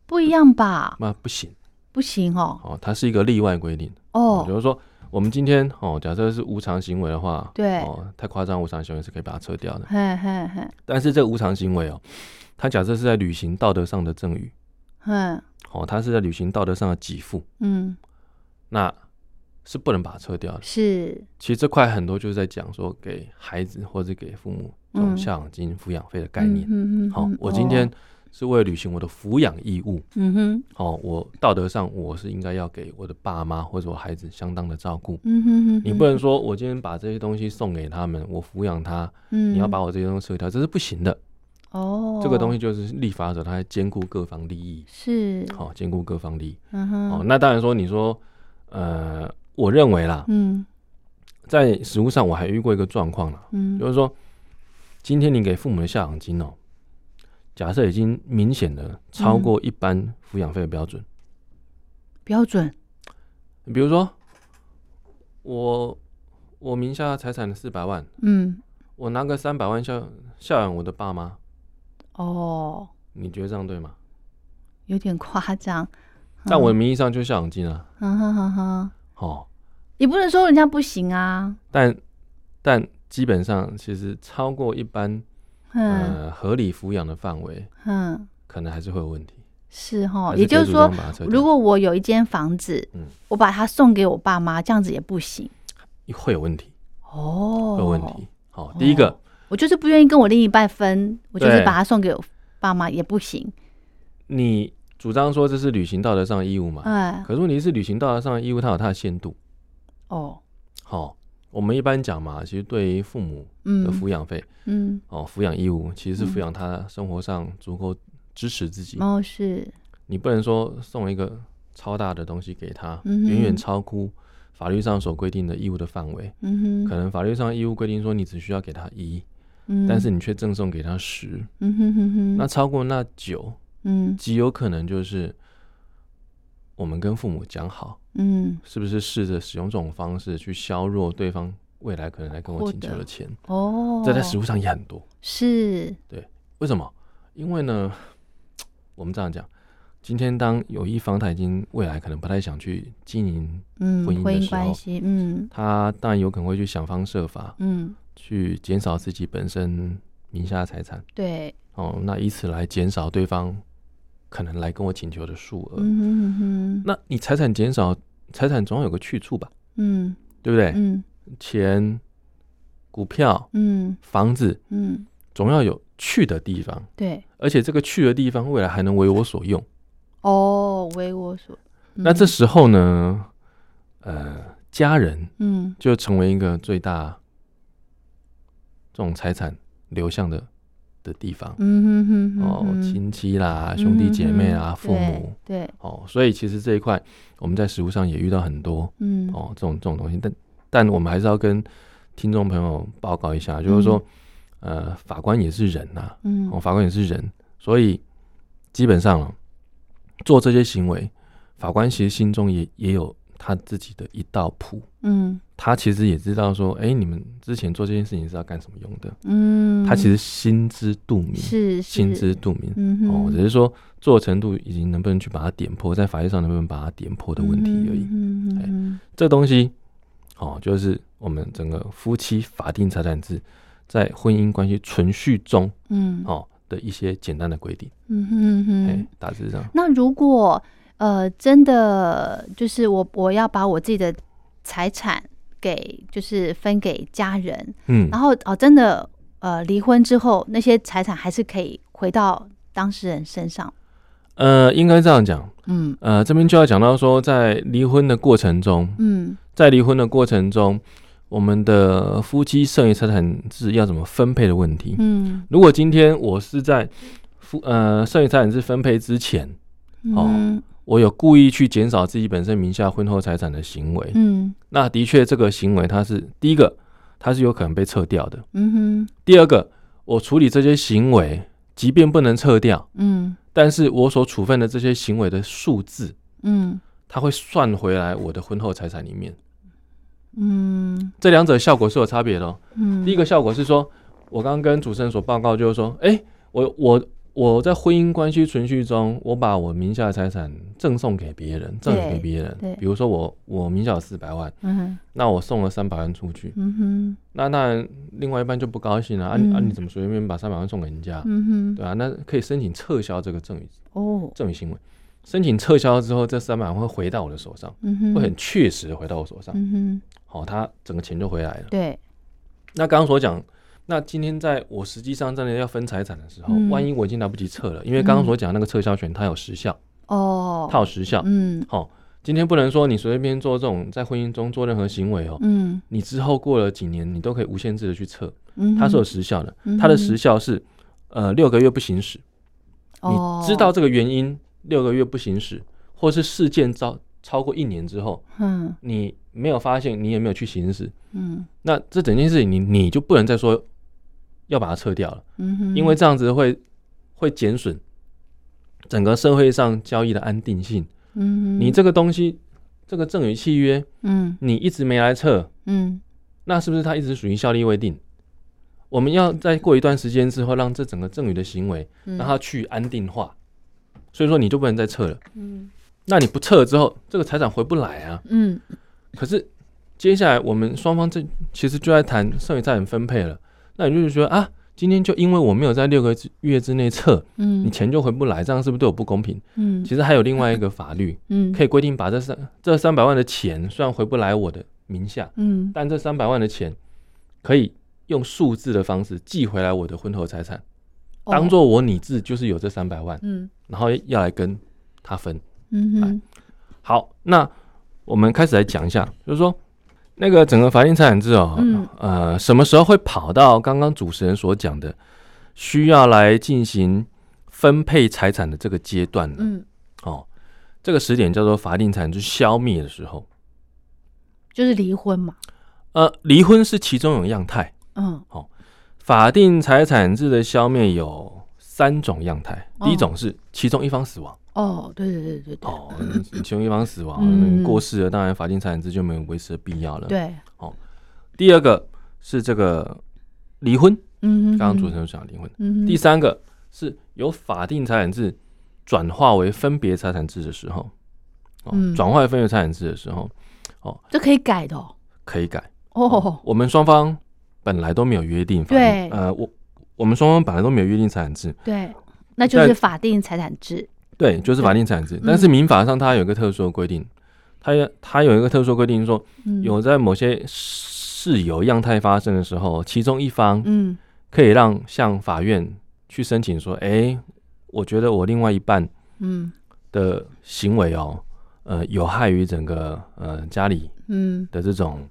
Speaker 2: 不一样吧？
Speaker 3: 那不行
Speaker 2: 不行哦，
Speaker 3: 哦，它是一个例外规定，也
Speaker 2: 哦，
Speaker 3: 就是说我们今天哦，假设是无偿行为的话，
Speaker 2: 对
Speaker 3: 哦，太夸张，无偿行为是可以把它撤掉的。
Speaker 2: 嘿嘿嘿，
Speaker 3: 但是这个无偿行为哦，它假设是在履行道德上的赠与，
Speaker 2: 嗯
Speaker 3: 哦，它是在履行道德上的给付，
Speaker 2: 嗯，
Speaker 3: 那是不能把它撤掉的。
Speaker 2: 是，
Speaker 3: 其实这块很多就是在讲说给孩子或者给父母这种
Speaker 2: 嗯
Speaker 3: 孝养金、抚养费的概念。
Speaker 2: 嗯嗯，
Speaker 3: 好、
Speaker 2: 嗯
Speaker 3: 我今天
Speaker 2: 哦
Speaker 3: 是为了履行我的抚养义务，
Speaker 2: 嗯哼，
Speaker 3: 哦，我道德上我是应该要给我的爸妈或者我孩子相当的照顾。
Speaker 2: 嗯哼哼，
Speaker 3: 你不能说我今天把这些东西送给他们，我抚养他，
Speaker 2: 嗯，
Speaker 3: 你要把我这些东西撤掉，这是不行的。
Speaker 2: 哦，
Speaker 3: 这个东西就是立法者他在兼顾各方利益，
Speaker 2: 是，
Speaker 3: 好、哦兼顾各方利益。
Speaker 2: 嗯哼，
Speaker 3: 哦，那当然说你说，呃，我认为啦，
Speaker 2: 嗯
Speaker 3: 在实务上我还遇过一个状况啦，
Speaker 2: 嗯，
Speaker 3: 就是说，今天你给父母的孝养金哦，假设已经明显的超
Speaker 2: 嗯
Speaker 3: 过一般抚养费的标准。
Speaker 2: 标准，
Speaker 3: 比如说，我我名下财产四百万，
Speaker 2: 嗯，
Speaker 3: 我拿个三百万孝孝养我的爸妈，
Speaker 2: 哦，
Speaker 3: 你觉得这样对吗？
Speaker 2: 有点夸张，
Speaker 3: 在我的
Speaker 2: 嗯
Speaker 3: 名义上就孝养金啊，
Speaker 2: 嗯哼哼哼，
Speaker 3: 哦，
Speaker 2: 你不能说人家不行啊，
Speaker 3: 但但基本上其实超过一般
Speaker 2: 嗯
Speaker 3: 呃合理抚养的范围，
Speaker 2: 嗯，可
Speaker 3: 可能还是会有问题。
Speaker 2: 是哈，哦
Speaker 3: 还
Speaker 2: 也
Speaker 3: 可以
Speaker 2: 就是
Speaker 3: 主
Speaker 2: 说
Speaker 3: 张，把它撤掉，
Speaker 2: 如果我有一间房子
Speaker 3: 嗯，
Speaker 2: 我把它送给我爸妈，这样子也不行
Speaker 3: 会有问题，
Speaker 2: 哦
Speaker 3: 会，有问题。好、第一个
Speaker 2: 哦，我就是不愿意跟我另一半分，我就是
Speaker 3: 对
Speaker 2: 把它送给我爸妈也不行，
Speaker 3: 你主张说这是履行道德上的义务嘛？
Speaker 2: 哎，
Speaker 3: 可是问题是，履行道德上的义务它有它的限度。
Speaker 2: 哦，
Speaker 3: 好、我们一般讲嘛，其实对于父母的
Speaker 2: 嗯
Speaker 3: 抚养费、
Speaker 2: 嗯，
Speaker 3: 哦，抚养义务其实是
Speaker 2: 嗯
Speaker 3: 抚养他生活上足够支持自己，
Speaker 2: 哦是，
Speaker 3: 你不能说送一个超大的东西给他，
Speaker 2: 嗯哼
Speaker 3: 远远超乎法律上所规定的义务的范围。
Speaker 2: 嗯
Speaker 3: 可
Speaker 2: 哼，
Speaker 3: 能法律上义务规定说你只需要给他一，
Speaker 2: 嗯
Speaker 3: 但是你却赠送给他十，
Speaker 2: 嗯哼哼哼，
Speaker 3: 那超过那九，
Speaker 2: 嗯
Speaker 3: 极有可能就是我们跟父母讲好，
Speaker 2: 嗯
Speaker 3: 是不是试着使用这种方式去削弱对方未来可能来跟我
Speaker 2: 获
Speaker 3: 请求
Speaker 2: 得
Speaker 3: 的钱，
Speaker 2: 哦，
Speaker 3: 这在实务上也很多。
Speaker 2: 是，
Speaker 3: 为什么？因为呢，我们这样讲，今天当有一方他已经未来可能不太想去经营，
Speaker 2: 嗯，
Speaker 3: 婚姻的
Speaker 2: 婚姻
Speaker 3: 时
Speaker 2: 关
Speaker 3: 候
Speaker 2: 系，嗯
Speaker 3: 他当然有可能会去想方设法
Speaker 2: 嗯，
Speaker 3: 去减少自己本身名下的财产
Speaker 2: 对，
Speaker 3: 哦，那以此来减少对方可能来跟我请求的数额。
Speaker 2: 嗯哼哼哼，
Speaker 3: 那你财产减少，财产总要有个去处吧，
Speaker 2: 嗯
Speaker 3: 对不对？
Speaker 2: 嗯
Speaker 3: 钱、股票、
Speaker 2: 嗯
Speaker 3: 房子
Speaker 2: 嗯，
Speaker 3: 总要有去的地方，
Speaker 2: 对，
Speaker 3: 而且这个去的地方未来还能为我所用。
Speaker 2: 哦，为我所，
Speaker 3: 那这
Speaker 2: 嗯
Speaker 3: 时候呢，呃，家人
Speaker 2: 嗯
Speaker 3: 就成为一个最大这种财产流向的的地方、
Speaker 2: 嗯哼哼哼
Speaker 3: 哦，
Speaker 2: 哼
Speaker 3: 亲戚啦、兄弟姐妹啦、
Speaker 2: 嗯哼哼
Speaker 3: 父母
Speaker 2: 对，对
Speaker 3: 哦，所以其实这一块我们在实务上也遇到很多
Speaker 2: 嗯，
Speaker 3: 哦这种这种东西，但但我们还是要跟听众朋友报告一下，就是说，呃，法官也是人呐、
Speaker 2: 嗯
Speaker 3: 哦，法官也是人，所以基本上、哦、做这些行为，法官其实心中也也有他自己的一道谱，
Speaker 2: 嗯
Speaker 3: 他其实也知道说，哎、你们之前做这件事情是要干什么用的，
Speaker 2: 嗯，
Speaker 3: 他其实心知肚明，
Speaker 2: 是
Speaker 3: 心
Speaker 2: 是，
Speaker 3: 知肚明。
Speaker 2: 嗯哼，
Speaker 3: 哦，只是说做的程度以及能不能去把它点破，在法律上能不能把它点破的问题而已。
Speaker 2: 嗯哼
Speaker 3: 哎
Speaker 2: 嗯
Speaker 3: 这东西，哦，就是我们整个夫妻法定财产制在婚姻关系存续中，
Speaker 2: 嗯
Speaker 3: 哦的一些简单的规定。
Speaker 2: 嗯哼
Speaker 3: 哎、
Speaker 2: 哼。
Speaker 3: 大致上，
Speaker 2: 那如果呃真的就是我我要把我自己的财产给就是分给家人，
Speaker 3: 嗯，
Speaker 2: 然后哦真的呃离婚之后那些财产还是可以回到当事人身上，
Speaker 3: 呃，应该这样讲，
Speaker 2: 嗯
Speaker 3: 呃，这边就要讲到说，在离婚的过程中，
Speaker 2: 嗯
Speaker 3: 在离婚的过程中，我们的夫妻剩余财产制要怎么分配的问题。
Speaker 2: 嗯
Speaker 3: 如果今天我是在夫呃剩余财产制分配之前，哦
Speaker 2: 嗯
Speaker 3: 我有故意去减少自己本身名下婚后财产的行为，
Speaker 2: 嗯
Speaker 3: 那的确这个行为它是第一个，它是有可能被撤掉的；
Speaker 2: 嗯哼
Speaker 3: 第二个，我处理这些行为，即便不能撤掉，
Speaker 2: 嗯
Speaker 3: 但是我所处分的这些行为的数字，
Speaker 2: 嗯
Speaker 3: 它会算回来我的婚后财产里面。
Speaker 2: 嗯
Speaker 3: 这两者效果是有差别的、哦。
Speaker 2: 嗯，
Speaker 3: 第一
Speaker 2: 个
Speaker 3: 个效果是说，我刚刚跟主持人所报告就是说，哎，我我我在婚姻关系存续中，我把我名下的财产赠送给别人，赠与给别
Speaker 2: 对
Speaker 3: 人。比如说我我名下有四百万，
Speaker 2: 嗯哼
Speaker 3: 那我送了三百万出去，
Speaker 2: 嗯
Speaker 3: 那当然另外一半就不高兴了啊
Speaker 2: 嗯
Speaker 3: 啊！你怎么随便把三百万送给人家
Speaker 2: 哼？嗯哼
Speaker 3: 对啊，那可以申请撤销这个赠与
Speaker 2: 哦
Speaker 3: 赠与行为。申请撤销之后，这三百万会回到我的手上，
Speaker 2: 嗯哼
Speaker 3: 会很确实地回到我手上。
Speaker 2: 嗯哼
Speaker 3: 好、他整个钱就回来了。
Speaker 2: 对
Speaker 3: 那刚刚所讲，那今天在我实际上真的要分财产的时候，
Speaker 2: 嗯
Speaker 3: 万一我已经来不及撤了，因为刚刚所讲那个撤销权它有时效，
Speaker 2: 哦
Speaker 3: 它有时效。
Speaker 2: 嗯
Speaker 3: 好、今天不能说你随便做这种在婚姻中做任何行为哦，
Speaker 2: 嗯
Speaker 3: 你之后过了几年，你都可以无限制的去撤，
Speaker 2: 嗯哼，
Speaker 3: 它是有时效的。
Speaker 2: 嗯
Speaker 3: 它的
Speaker 2: 哼
Speaker 3: 时效是呃六个月不行使，
Speaker 2: 哦
Speaker 3: 你知道这个原因，六个月不行使，或是事件超超过一年之后，
Speaker 2: 嗯
Speaker 3: 你没有发现，你也没有去行使，
Speaker 2: 嗯
Speaker 3: 那这整件事情你你就不能再说要把它撤掉了，
Speaker 2: 嗯哼，
Speaker 3: 因为这样子会会减损整个社会上交易的安定性。
Speaker 2: 嗯哼
Speaker 3: 你这个东西，这个赠与契约，
Speaker 2: 嗯
Speaker 3: 你一直没来撤，
Speaker 2: 嗯
Speaker 3: 那是不是它一直属于效力未定？我们要在过一段时间之后，让这整个赠与的行为
Speaker 2: 嗯
Speaker 3: 让它去安定化，所以说你就不能再撤了。
Speaker 2: 嗯
Speaker 3: 那你不撤了之后，这个财产回不来啊。
Speaker 2: 嗯
Speaker 3: 可是接下来我们双方这其实就在谈剩余财产分配了。那你就是觉得啊，今天就因为我没有在六个月之内撤，你
Speaker 2: 嗯
Speaker 3: 钱就回不来，这样是不是对我不公平？
Speaker 2: 嗯
Speaker 3: 其实还有另外一个法律
Speaker 2: 嗯
Speaker 3: 可以规定，把这三这三百万的钱虽然回不来我的名下，
Speaker 2: 嗯
Speaker 3: 但这三百万的钱可以用数字的方式寄回来我的婚后财产，
Speaker 2: 哦
Speaker 3: 当做我拟制就是有这三百万，
Speaker 2: 嗯
Speaker 3: 然后要来跟他分。
Speaker 2: 嗯哼
Speaker 3: 好，那我们开始来讲一下，就是说那个整个法定财产制哦，
Speaker 2: 嗯
Speaker 3: 呃，什么时候会跑到刚刚主持人所讲的需要来进行分配财产的这个阶段呢？
Speaker 2: 嗯，
Speaker 3: 哦，这个时点叫做法定财产制消灭的时候。
Speaker 2: 就是离婚嘛，
Speaker 3: 呃，离婚是其中一种样态，
Speaker 2: 嗯
Speaker 3: 法定财产制的消灭有三种样态。
Speaker 2: 哦
Speaker 3: 第一种是其中一方死亡，
Speaker 2: 哦对对对对对
Speaker 3: 哦，其中一方死亡、
Speaker 2: 嗯
Speaker 3: 过世了，当然法定财产制就没有维持的必要了。
Speaker 2: 对，
Speaker 3: 第二个是这个离婚，
Speaker 2: 嗯哼，
Speaker 3: 刚刚主持人有讲离婚。
Speaker 2: 嗯哼，
Speaker 3: 第三个是由法定财产制转化为分别财产制的时候，哦
Speaker 2: 嗯，
Speaker 3: 转、化为分别财产制的时候
Speaker 2: 这可以改的哦，
Speaker 3: 可以改。
Speaker 2: 哦，
Speaker 3: 我们双方本来都没有约定法律，
Speaker 2: 对
Speaker 3: 呃，我我们双方本来都没有约定财产制，
Speaker 2: 对，那就是法定财产制，
Speaker 3: 对，就是法定财产制
Speaker 2: 嗯。
Speaker 3: 但是民法上它有一个特殊的规定，它有它有一个特殊的规定说，
Speaker 2: 嗯
Speaker 3: 有在某些事由样态发生的时候，其中一方
Speaker 2: 嗯
Speaker 3: 可以让向法院去申请说，哎、我觉得我另外一半
Speaker 2: 嗯
Speaker 3: 的行为哦，呃，有害于整个呃家里
Speaker 2: 嗯，
Speaker 3: 的这种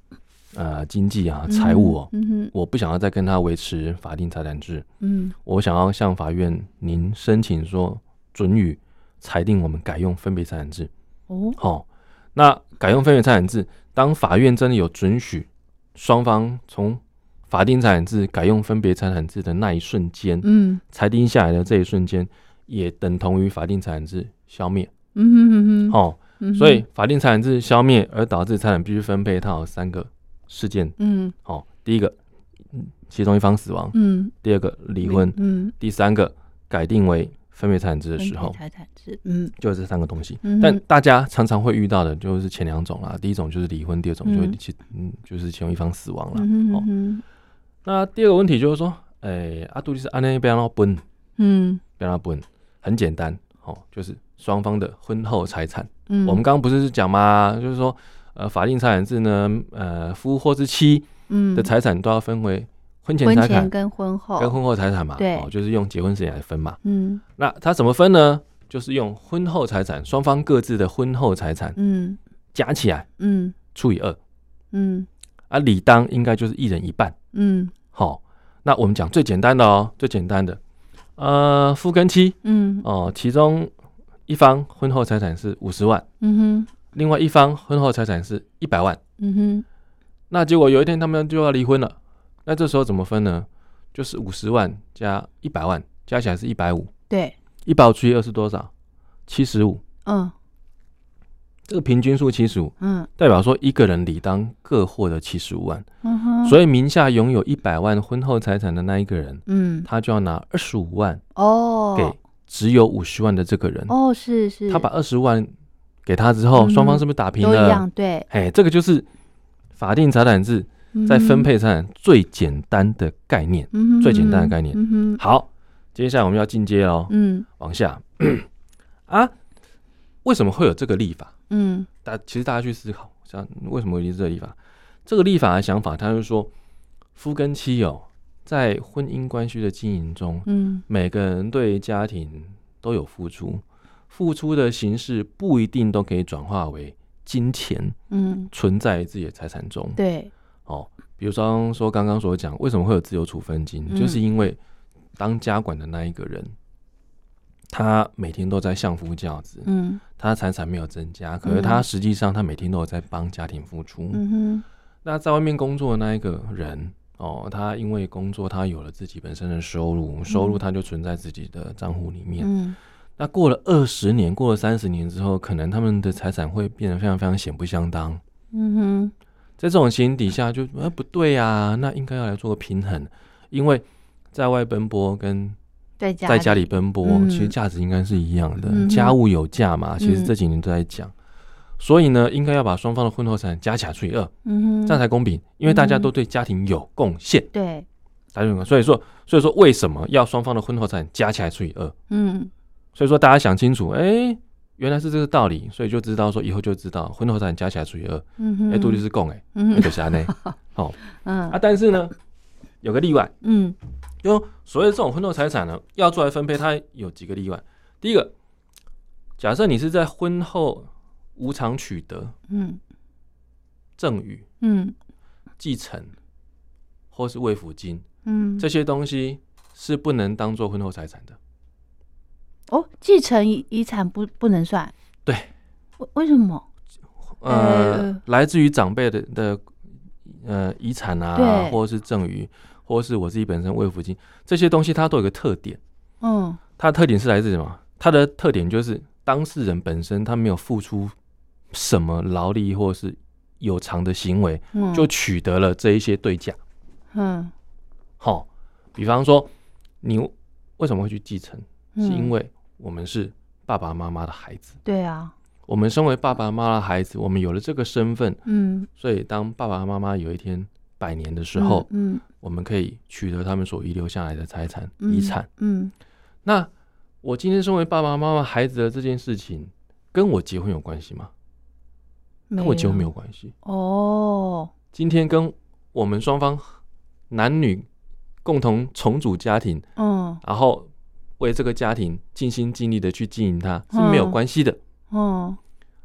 Speaker 3: 呃经济啊财务哦，
Speaker 2: 嗯哼，
Speaker 3: 我不想要再跟他维持法定财产制，
Speaker 2: 嗯
Speaker 3: 我想要向法院您申请说准予裁定我们改用分别财产制。
Speaker 2: 哦，
Speaker 3: 哦，那改用分别财产制，当法院真的有准许双方从法定财产制改用分别财产制的那一瞬间，
Speaker 2: 嗯
Speaker 3: 裁定下来的这一瞬间，也等同于法定财产制消灭。
Speaker 2: 嗯哼嗯哼，
Speaker 3: 哦，
Speaker 2: 嗯哼
Speaker 3: 所以法定财产制消灭而导致财产必须分配，它有三个事件。
Speaker 2: 嗯
Speaker 3: 哦，第一个，嗯其中一方死亡；
Speaker 2: 嗯
Speaker 3: 第二个，离婚；
Speaker 2: 嗯
Speaker 3: 第三个，改定为分别财产制的时
Speaker 2: 分
Speaker 3: 候
Speaker 2: 别，财产制，嗯
Speaker 3: 就是这三个东西。
Speaker 2: 嗯哼，
Speaker 3: 但大家常常会遇到的就是前两种啦，第一种就是离婚，第二种
Speaker 2: 嗯
Speaker 3: 就是其嗯就是其中一方死亡啦。
Speaker 2: 嗯
Speaker 3: 哦
Speaker 2: 哼，嗯哼
Speaker 3: 那第二个问题就是说，哎、阿杜就是安内不要让分，
Speaker 2: 嗯
Speaker 3: 不要让分，很简单哦，就是双方的婚后财产。
Speaker 2: 嗯，
Speaker 3: 我们刚刚不是讲嘛，就是说，呃，法定财产制呢，呃，夫或之妻
Speaker 2: 嗯
Speaker 3: 的财产都要分为婚前
Speaker 2: 婚
Speaker 3: 财
Speaker 2: 前
Speaker 3: 产
Speaker 2: 跟婚后，
Speaker 3: 跟婚后财产嘛，
Speaker 2: 对
Speaker 3: 哦，就是用结婚时间来分嘛。
Speaker 2: 嗯
Speaker 3: 那它怎么分呢？就是用婚后财产，双方各自的婚后财产
Speaker 2: 嗯
Speaker 3: 加起来
Speaker 2: 嗯
Speaker 3: 除以二，
Speaker 2: 嗯
Speaker 3: 啊，理当应该就是一人一半。
Speaker 2: 嗯
Speaker 3: 好、那我们讲最简单的哦，最简单的，呃，夫跟妻
Speaker 2: 嗯
Speaker 3: 哦、其中一方婚后财产是五十万，
Speaker 2: 嗯哼
Speaker 3: 另外一方婚后财产是一百万。
Speaker 2: 嗯哼
Speaker 3: 那结果有一天他们就要离婚了，那这时候怎么分呢？就是五十万加一百万，加起来是一百五，
Speaker 2: 对，
Speaker 3: 一百除以二是多少？七十五。
Speaker 2: 嗯
Speaker 3: 这个平均数七十五，
Speaker 2: 嗯
Speaker 3: 代表说一个人理当各获得七十五万，
Speaker 2: 嗯哼，以
Speaker 3: 所以名下拥有一百万婚后财产的那一个人，
Speaker 2: 嗯
Speaker 3: 他就要拿二十五万
Speaker 2: 哦
Speaker 3: 给只有五十万的这个人，
Speaker 2: 哦是是，
Speaker 3: 他把二十万给他之后，
Speaker 2: 嗯
Speaker 3: 双方是不是打平
Speaker 2: 都一
Speaker 3: 了？
Speaker 2: 样对，
Speaker 3: 哎，这个就是法定财产制在分配财产最简单的概念。
Speaker 2: 嗯
Speaker 3: 最简单的概念
Speaker 2: 嗯哼
Speaker 3: 好，接下来我们要进阶哦，
Speaker 2: 嗯
Speaker 3: 往下 啊，为什么会有这个立法？
Speaker 2: 嗯
Speaker 3: 大其实大家去思考，像为什么有这个立法？这个立法的想法，他就是说，夫跟妻哦，在婚姻关系的经营中，
Speaker 2: 嗯
Speaker 3: 每个人对家庭都有付出，付出的形式不一定都可以转化为金钱，
Speaker 2: 嗯
Speaker 3: 存在于自己的财产中。
Speaker 2: 对，
Speaker 3: 哦，比如说说刚刚所讲，为什么会有自由处分金，
Speaker 2: 嗯
Speaker 3: 就是因为当家管的那一个人，他每天都在相夫教子，
Speaker 2: 嗯
Speaker 3: 他财产没有增加，可是他实际上他每天都有在帮家庭付出。
Speaker 2: 嗯哼
Speaker 3: 那在外面工作的那一个人。哦，他因为工作，他有了自己本身的收入，收入他就存在自己的账户里面。
Speaker 2: 嗯
Speaker 3: 那过了二十年，过了三十年之后，可能他们的财产会变得非常非常显不相当。
Speaker 2: 嗯哼
Speaker 3: 在这种情形底下就，啊不对呀、那应该要来做个平衡，因为在外奔波跟
Speaker 2: 在家
Speaker 3: 在家里奔波，
Speaker 2: 嗯
Speaker 3: 其实价值应该是一样的，
Speaker 2: 嗯哼
Speaker 3: 家务有价嘛，其实
Speaker 2: 嗯
Speaker 3: 这几年都在讲，所以呢，应该要把双方的婚后财产加起来除以二，
Speaker 2: 嗯哼
Speaker 3: 这样才公平，因为大家
Speaker 2: 嗯
Speaker 3: 都对家庭有贡献，
Speaker 2: 对
Speaker 3: 大家有贡献所以说，所以说为什么要双方的婚后财产加起来除以二？
Speaker 2: 嗯
Speaker 3: 所以说大家想清楚，哎、原来是这个道理，所以就知道说以后就知道婚后财产加起来除以二，
Speaker 2: 嗯
Speaker 3: 哎、
Speaker 2: 哼
Speaker 3: 杜律师供哎，
Speaker 2: 嗯
Speaker 3: 就是 安内。
Speaker 2: 嗯
Speaker 3: 啊，但是呢，有个例外，
Speaker 2: 嗯
Speaker 3: 因为所谓的这种婚后财产呢，要做来分配，它有几个例外。第一个，假设你是在婚后无偿取得、
Speaker 2: 嗯
Speaker 3: 赠与、
Speaker 2: 嗯
Speaker 3: 继承或是慰抚金
Speaker 2: 嗯
Speaker 3: 这些东西是不能当做婚后财产的。
Speaker 2: 哦，继承遗遗产不不能算，
Speaker 3: 对
Speaker 2: 为，为什么？
Speaker 3: 呃，
Speaker 2: 呃
Speaker 3: 来自于长辈的的呃遗产啊，
Speaker 2: 对
Speaker 3: 或是赠与，或是我自己本身慰抚金这些东西，它都有个特点。
Speaker 2: 嗯
Speaker 3: 它的特点是来自什么？它的特点就是当事人本身他没有付出什么劳力或是有偿的行为，
Speaker 2: 嗯，
Speaker 3: 就取得了这一些对价。
Speaker 2: 嗯，
Speaker 3: 好、比方说你为什么会去继承，是
Speaker 2: 嗯
Speaker 3: 因为我们是爸爸妈妈的孩子，
Speaker 2: 对啊，
Speaker 3: 我们身为爸爸妈妈的孩子，我们有了这个身份，
Speaker 2: 嗯，
Speaker 3: 所以当爸爸妈妈有一天百年的时候，
Speaker 2: 嗯
Speaker 3: 我们可以取得他们所遗留下来的财产、
Speaker 2: 嗯
Speaker 3: 遗产。
Speaker 2: 嗯
Speaker 3: 那我今天身为爸爸妈妈孩子的这件事情，跟我结婚有关系吗？
Speaker 2: 嗯，
Speaker 3: 跟我结婚没有关系。
Speaker 2: 哦，
Speaker 3: 今天跟我们双方男女共同重组家庭，
Speaker 2: 嗯
Speaker 3: 然后为这个家庭尽心尽力的去经营它是没有关系的。
Speaker 2: 嗯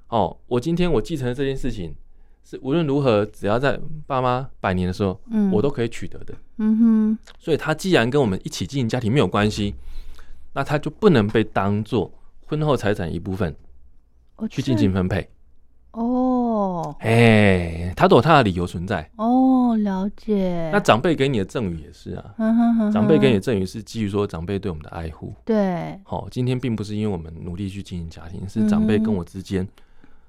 Speaker 3: 哦，我今天我继承的这件事情，是无论如何，只要在爸妈百年的时候，
Speaker 2: 嗯，
Speaker 3: 我都可以取得的。
Speaker 2: 嗯哼，
Speaker 3: 所以它既然跟我们一起经营家庭没有关系，那它就不能被当做婚后财产一部分
Speaker 2: 哦
Speaker 3: 去
Speaker 2: 这
Speaker 3: 进行分配。
Speaker 2: 哦
Speaker 3: 哎，它都有它的理由存在。
Speaker 2: 哦，了解。
Speaker 3: 那长辈给你的赠与也是啊，
Speaker 2: 嗯哼哼
Speaker 3: 长辈给你
Speaker 2: 哼
Speaker 3: 的赠与是基于说长辈对我们的爱护。
Speaker 2: 对，
Speaker 3: 好、今天并不是因为我们努力去经营家庭，是长辈跟我之间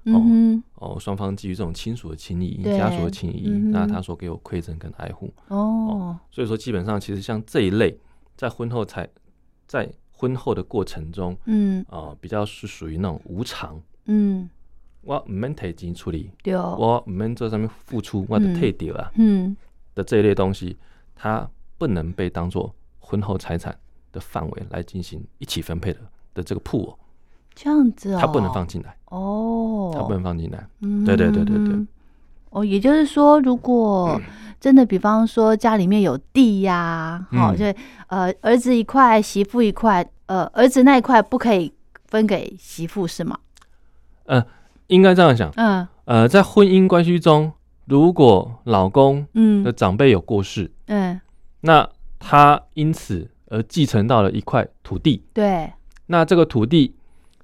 Speaker 2: 嗯
Speaker 3: 哦，双方基于这种亲属的情谊、
Speaker 2: 对
Speaker 3: 家属的情谊，
Speaker 2: 嗯哼
Speaker 3: 那他所给我馈赠跟爱护。
Speaker 2: 哼，哦，
Speaker 3: 所以说，基本上其实像这一类，在婚后才在婚后的过程中
Speaker 2: 嗯
Speaker 3: 啊、比较是属于那种无偿，
Speaker 2: 嗯，
Speaker 3: 我唔免提钱处理，
Speaker 2: 对，
Speaker 3: 我唔免做上面付出，我就退掉啊。
Speaker 2: 哦嗯
Speaker 3: 的这一类东西，它不能被当做婚后财产的范围来进行一起分配的的这个铺哦，
Speaker 2: 这样子哦，
Speaker 3: 它不能放进来，
Speaker 2: 哦，
Speaker 3: 它不能放进来。
Speaker 2: 嗯
Speaker 3: 对对对对对。
Speaker 2: 哦，也就是说，如 果真的，比方说家里面有地呀、
Speaker 3: 嗯
Speaker 2: 好、就呃儿子一块，媳妇一块，呃儿子那一块不可以分给媳妇是吗？
Speaker 3: 应该这样想，
Speaker 2: 嗯
Speaker 3: 呃，在婚姻关系中，如果老公的
Speaker 2: 嗯
Speaker 3: 长辈有过世，
Speaker 2: 嗯，
Speaker 3: 那他因此而继承到了一块土地，
Speaker 2: 对
Speaker 3: 那这个土地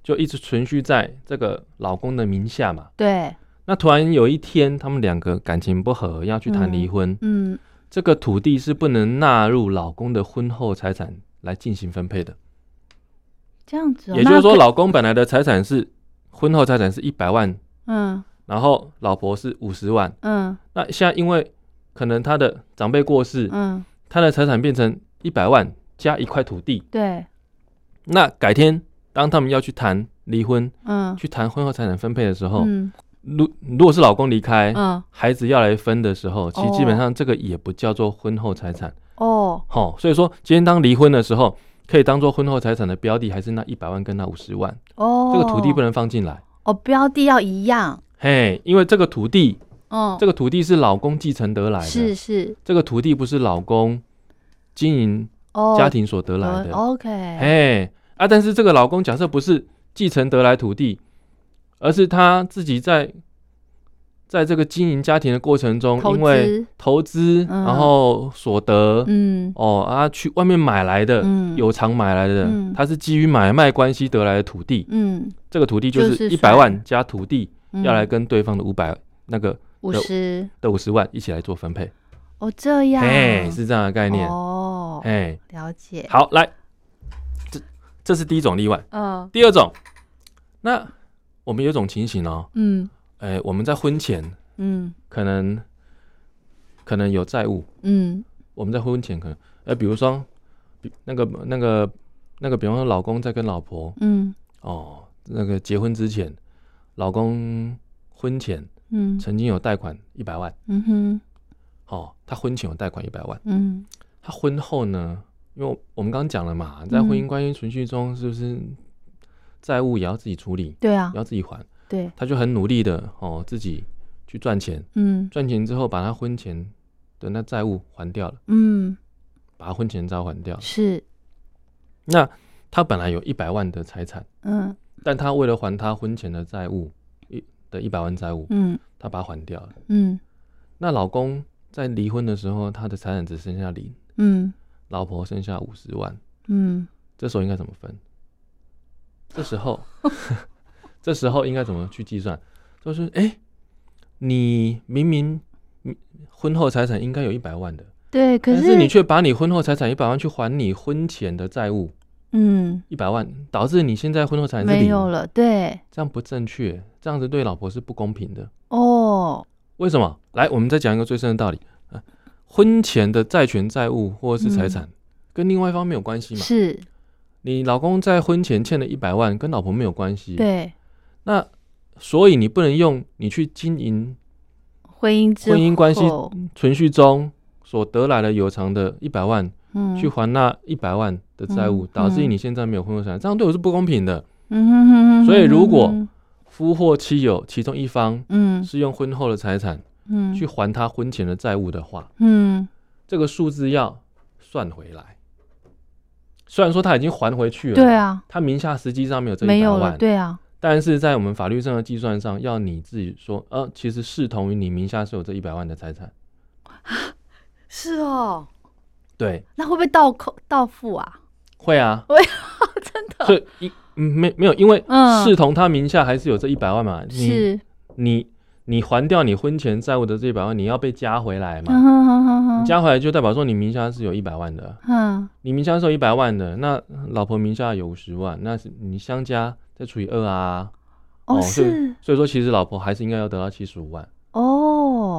Speaker 3: 就一直存续在这个老公的名下嘛。
Speaker 2: 对，
Speaker 3: 那突然有一天，他们两个感情不和，要去谈离婚，
Speaker 2: 嗯
Speaker 3: 这个土地是不能纳入老公的婚后财产来进行分配的。
Speaker 2: 这样子、哦，
Speaker 3: 也就是
Speaker 2: 那
Speaker 3: 说，
Speaker 2: 可
Speaker 3: 老公本来的财产是婚后财产是一百万
Speaker 2: 嗯
Speaker 3: 然后老婆是五十万。
Speaker 2: 嗯
Speaker 3: 那现在因为可能他的长辈过世，
Speaker 2: 嗯，
Speaker 3: 他的财产变成一百万加一块土地。
Speaker 2: 对，
Speaker 3: 那改天当他们要去谈离婚、
Speaker 2: 嗯
Speaker 3: 去谈婚后财产分配的时候，
Speaker 2: 嗯
Speaker 3: 如如果是老公离开，
Speaker 2: 嗯
Speaker 3: 孩子要来分的时候，其实
Speaker 2: 哦
Speaker 3: 基本上这个也不叫做婚后财产。
Speaker 2: 哦
Speaker 3: 好、所以说今天当离婚的时候，可以当做婚后财产的标的还是那一百万跟那五十万，
Speaker 2: 哦，
Speaker 3: 这个土地不能放进来。
Speaker 2: 哦，标的要一样，
Speaker 3: 嘿，因为这个土地，
Speaker 2: 嗯，
Speaker 3: 这个土地是老公继承得来的，
Speaker 2: 是是
Speaker 3: 这个土地不是老公经营
Speaker 2: 哦，
Speaker 3: 家庭所得来
Speaker 2: 哦
Speaker 3: 的。
Speaker 2: ，OK，
Speaker 3: 嘿啊，但是这个老公假设不是继承得来土地，而是他自己在在这个经营家庭的过程中，
Speaker 2: 投
Speaker 3: 因为
Speaker 2: 资，
Speaker 3: 投资，
Speaker 2: 嗯
Speaker 3: 然后所得、
Speaker 2: 嗯
Speaker 3: 哦啊，去外面买来的，
Speaker 2: 嗯，
Speaker 3: 有偿买来的，
Speaker 2: 嗯
Speaker 3: 他是基于买卖关系得来的土地，
Speaker 2: 嗯
Speaker 3: 这个土地
Speaker 2: 就
Speaker 3: 就是
Speaker 2: 是
Speaker 3: 一百
Speaker 2: 算
Speaker 3: 万加土地，
Speaker 2: 嗯
Speaker 3: 要来跟对方的五百那个
Speaker 2: 五
Speaker 3: 的
Speaker 2: 十
Speaker 3: 的五十万一起来做分配，
Speaker 2: 哦，这样，
Speaker 3: 哎，是这样的概念，
Speaker 2: 哦，
Speaker 3: 哎，
Speaker 2: 了解，
Speaker 3: 好，来，这这是第一种例外。
Speaker 2: 嗯
Speaker 3: 第二种，那我们有一种情形哦，
Speaker 2: 嗯
Speaker 3: 哎，我们在婚前
Speaker 2: 嗯
Speaker 3: 可能可能有债务，
Speaker 2: 嗯
Speaker 3: 我们在婚前可能，呃，比如说，比那个那个那个，比方说老公在跟老婆
Speaker 2: 嗯
Speaker 3: 哦，那个结婚之前，老公婚前
Speaker 2: 嗯
Speaker 3: 曾经有贷款一百万，
Speaker 2: 嗯哼
Speaker 3: 哦，他婚前有贷款一百万，
Speaker 2: 嗯
Speaker 3: 他婚后呢，因为我们刚刚讲了嘛，在婚姻关系存续中，是不是债务也要自己处理，
Speaker 2: 对啊
Speaker 3: 也，要自己还？
Speaker 2: 对，
Speaker 3: 他就很努力的哦，自己去赚钱，
Speaker 2: 嗯
Speaker 3: 赚钱之后把他婚前的那债务还掉了，
Speaker 2: 嗯
Speaker 3: 把他婚前债务还掉了。
Speaker 2: 是，
Speaker 3: 那他本来有一百万的财产，
Speaker 2: 嗯
Speaker 3: 但他为了还他婚前的债务一的一百万债务，
Speaker 2: 嗯
Speaker 3: 他把它还掉了。
Speaker 2: 嗯
Speaker 3: 那老公在离婚的时候，他的财产只剩下零，
Speaker 2: 嗯
Speaker 3: 老婆剩下五十万，
Speaker 2: 嗯，
Speaker 3: 这时候应该怎么分？这 时候，这时候应该怎么去计算？就是哎、诶你明明你婚后财产应该有一百万的，
Speaker 2: 对，可
Speaker 3: 但是你却把你婚后财产一百万去还你婚前的债务
Speaker 2: 嗯
Speaker 3: 一百万，导致你现在婚后财产是
Speaker 2: 没
Speaker 3: 零，
Speaker 2: 有了，对，
Speaker 3: 这样不正确，这样子对老婆是不公平的。
Speaker 2: 哦，
Speaker 3: 为什么？来，我们再讲一个最深的道理啊，婚前的债权债务或者是财
Speaker 2: 嗯
Speaker 3: 产、跟另外一方没有关系嘛。
Speaker 2: 是，
Speaker 3: 你老公在婚前欠了一百万，跟老婆没有关系。，
Speaker 2: 对，
Speaker 3: 那所以你不能用你去经营
Speaker 2: 婚姻之
Speaker 3: 婚姻关系
Speaker 2: 后
Speaker 3: 存续中所得来的有偿的一百万、
Speaker 2: 嗯
Speaker 3: 去还那一百万的债务，
Speaker 2: 嗯
Speaker 3: 导致
Speaker 2: 嗯
Speaker 3: 你现在没有婚后财产，这样对我是不公平的。
Speaker 2: 嗯哼哼哼
Speaker 3: 所以如
Speaker 2: 哼
Speaker 3: 果
Speaker 2: 哼
Speaker 3: 夫或妻有其中一方
Speaker 2: 嗯
Speaker 3: 是用婚后的财产
Speaker 2: 嗯
Speaker 3: 去还他婚前的债务的话，
Speaker 2: 嗯
Speaker 3: 这个数字要算回来。虽然说他已经还回去了，
Speaker 2: 对啊，
Speaker 3: 他名下实际上没有这一
Speaker 2: 没
Speaker 3: 百
Speaker 2: 有
Speaker 3: 万
Speaker 2: 了，，对啊，
Speaker 3: 但是在我们法律上的计算上，要你自己说，呃，其实视同于你名下是有这一百万的财产。
Speaker 2: 是哦，
Speaker 3: 对，
Speaker 2: 那会不会倒扣倒付啊？
Speaker 3: 会啊，
Speaker 2: 会
Speaker 3: 真的。所以一嗯没没有，因为
Speaker 2: 呃嗯
Speaker 3: 视同他名下还是有这一百万嘛，你
Speaker 2: 是，
Speaker 3: 你你还掉你婚前债务的这一百万，你要被加回来
Speaker 2: 嗯
Speaker 3: 嘛。
Speaker 2: 哼哼哼哼
Speaker 3: 你加回来就代表说你名下是有一百万的，
Speaker 2: 嗯
Speaker 3: 你名下是有一百万的，那老婆名下有五十万，那是你相加再除以二啊，
Speaker 2: 哦
Speaker 3: 哦所以
Speaker 2: 是
Speaker 3: 所以说其实老婆还是应该要得到七十五万
Speaker 2: 哦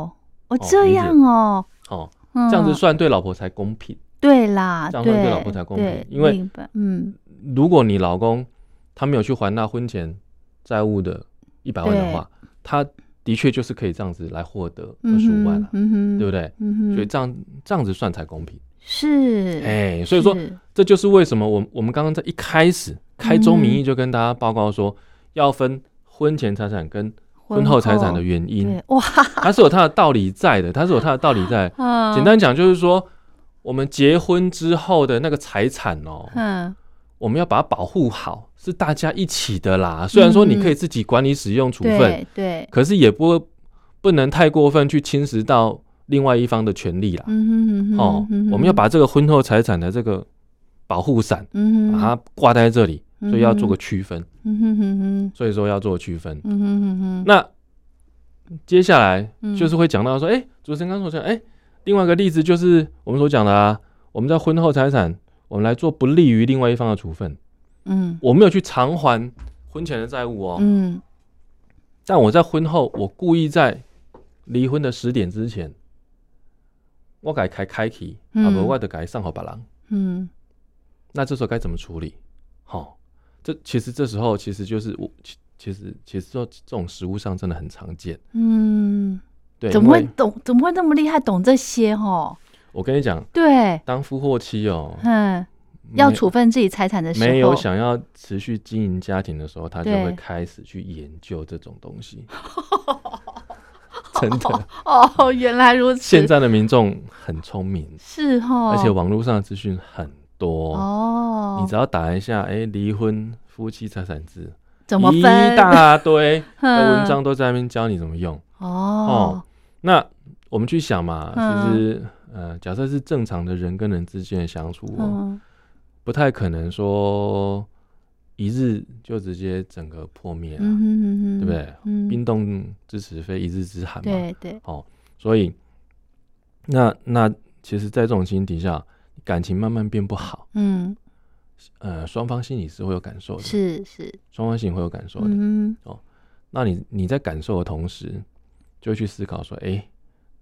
Speaker 2: 哦
Speaker 3: 哦
Speaker 2: 这
Speaker 3: 理解
Speaker 2: 样哦，
Speaker 3: 哦，
Speaker 2: 这
Speaker 3: 这样子算对老婆才公平。
Speaker 2: 对啦，
Speaker 3: 这样
Speaker 2: 对
Speaker 3: 会对老婆才公平
Speaker 2: 对
Speaker 3: 因为
Speaker 2: 另一半嗯
Speaker 3: 如果你老公他没有去还那婚前债务的一百万的话，他的确就是可以这样子来获得二
Speaker 2: 嗯
Speaker 3: 十五万了、
Speaker 2: 哼嗯哼，
Speaker 3: 对不
Speaker 2: 对？
Speaker 3: 对？
Speaker 2: 嗯哼，
Speaker 3: 所以这样这样子算才公平。
Speaker 2: 是，
Speaker 3: 哎、所以说
Speaker 2: 是
Speaker 3: 这就是为什么我我们刚刚在一开始开宗明义就跟大家报告说，要分婚前财产跟婚后财产的原因，
Speaker 2: 对哇，
Speaker 3: 它是有它的道理在的，它是有它的道理在。
Speaker 2: 嗯
Speaker 3: 简单讲就是说，我们结婚之后的那个财产哦，
Speaker 2: 嗯
Speaker 3: 我们要把它保护好，是大家一起的啦。虽然说你可以自己管理使用处 分，
Speaker 2: 嗯对对，
Speaker 3: 可是也不不能太过分去侵蚀到另外一方的权利啦。
Speaker 2: 嗯哼嗯哼
Speaker 3: 哦，我们要把这个婚后财产的这个保护伞，
Speaker 2: 嗯哼
Speaker 3: 把它挂在这里，
Speaker 2: 嗯
Speaker 3: 所以要做个区分。
Speaker 2: 嗯哼嗯哼
Speaker 3: 所以说要做区分。
Speaker 2: 嗯哼嗯哼，
Speaker 3: 那接下来
Speaker 2: 嗯
Speaker 3: 就是会讲到说，哎、主持人刚所讲，哎、另外一个例子就是我们所讲的啊，我们在婚后财产，我们来做不利于另外一方的处分。
Speaker 2: 嗯
Speaker 3: 我没有去偿还婚前的债务哦，
Speaker 2: 嗯
Speaker 3: 但我在婚后，我故意在离婚的十点之前，我改开开启，啊
Speaker 2: 嗯
Speaker 3: 不，我就改上好把郎。
Speaker 2: 嗯
Speaker 3: 那这时候该怎么处理？好、这其实这时候其实就是我，其其实其实说这种食物上真的很常见。
Speaker 2: 嗯，
Speaker 3: 对，
Speaker 2: 怎
Speaker 3: 因
Speaker 2: 么会
Speaker 3: 为
Speaker 2: 懂？怎么会那么厉害？懂这些哦？
Speaker 3: 我跟你讲，
Speaker 2: 对，
Speaker 3: 当夫或妻哦，
Speaker 2: 嗯，要
Speaker 3: 没
Speaker 2: 处分自己财产的时候，
Speaker 3: 没有想要持续经营家庭的时候，他就
Speaker 2: 对
Speaker 3: 会开始去研究这种东 西。真的，
Speaker 2: 哦， 原来如此，
Speaker 3: 现在的民众很聪明，
Speaker 2: 是哦，
Speaker 3: 而且网络上的资讯很多。
Speaker 2: 哦，
Speaker 3: 你只要打一下，哎、离婚夫妻财产制，
Speaker 2: 怎么
Speaker 3: 一
Speaker 2: 分？
Speaker 3: 大 堆的
Speaker 2: 嗯
Speaker 3: 文章都在那边教你怎么用。
Speaker 2: 哦，
Speaker 3: 那我们去想嘛，
Speaker 2: 嗯
Speaker 3: 其实呃，假设是正常的人跟人之间的相处、哦，
Speaker 2: 嗯，
Speaker 3: 不太可能说一日就直接整个破灭、啊，
Speaker 2: 嗯哼哼哼，
Speaker 3: 对不对？
Speaker 2: 嗯，
Speaker 3: 冰冻之时非一日之寒嘛。
Speaker 2: 对对，
Speaker 3: 哦，所以那那其实，在这种情形底下，感情慢慢变不好，
Speaker 2: 嗯，
Speaker 3: 呃，双方心里是会有感受的，
Speaker 2: 是是，
Speaker 3: 双方心里会有感受的。
Speaker 2: 嗯
Speaker 3: 那你你在感受的同时，就会去思考说，诶，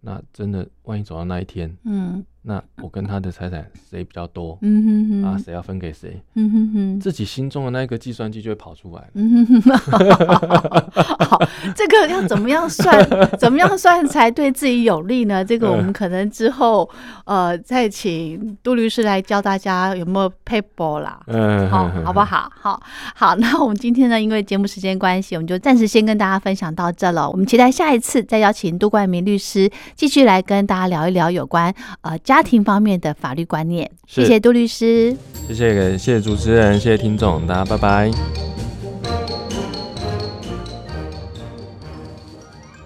Speaker 3: 那真的万一走到那一天，
Speaker 2: 哼嗯
Speaker 3: 那我跟他的财产谁比较多、
Speaker 2: 嗯哼哼，
Speaker 3: 啊？谁要分给谁？
Speaker 2: 嗯哼哼。
Speaker 3: 自己心中的那个计算机就会跑出来了。
Speaker 2: 嗯， 好，这个要怎么样算？怎么样算才对自己有利呢？这个我
Speaker 3: 嗯
Speaker 2: 们可能之后呃再请杜律师来教大家有没有 paper 啦。
Speaker 3: 嗯，
Speaker 2: 好，好不
Speaker 3: 好？
Speaker 2: 好？好，好，那我们今天呢，因为节目时间关系，我们就暂时先跟大家分享到这了。我们期待下一次再邀请杜冠明律师继续来跟大家聊一聊有关呃家庭方面的法律观念。谢
Speaker 3: 是
Speaker 2: 谢杜律师。
Speaker 3: 谢谢，谢谢主持人，谢谢听众，大家拜拜。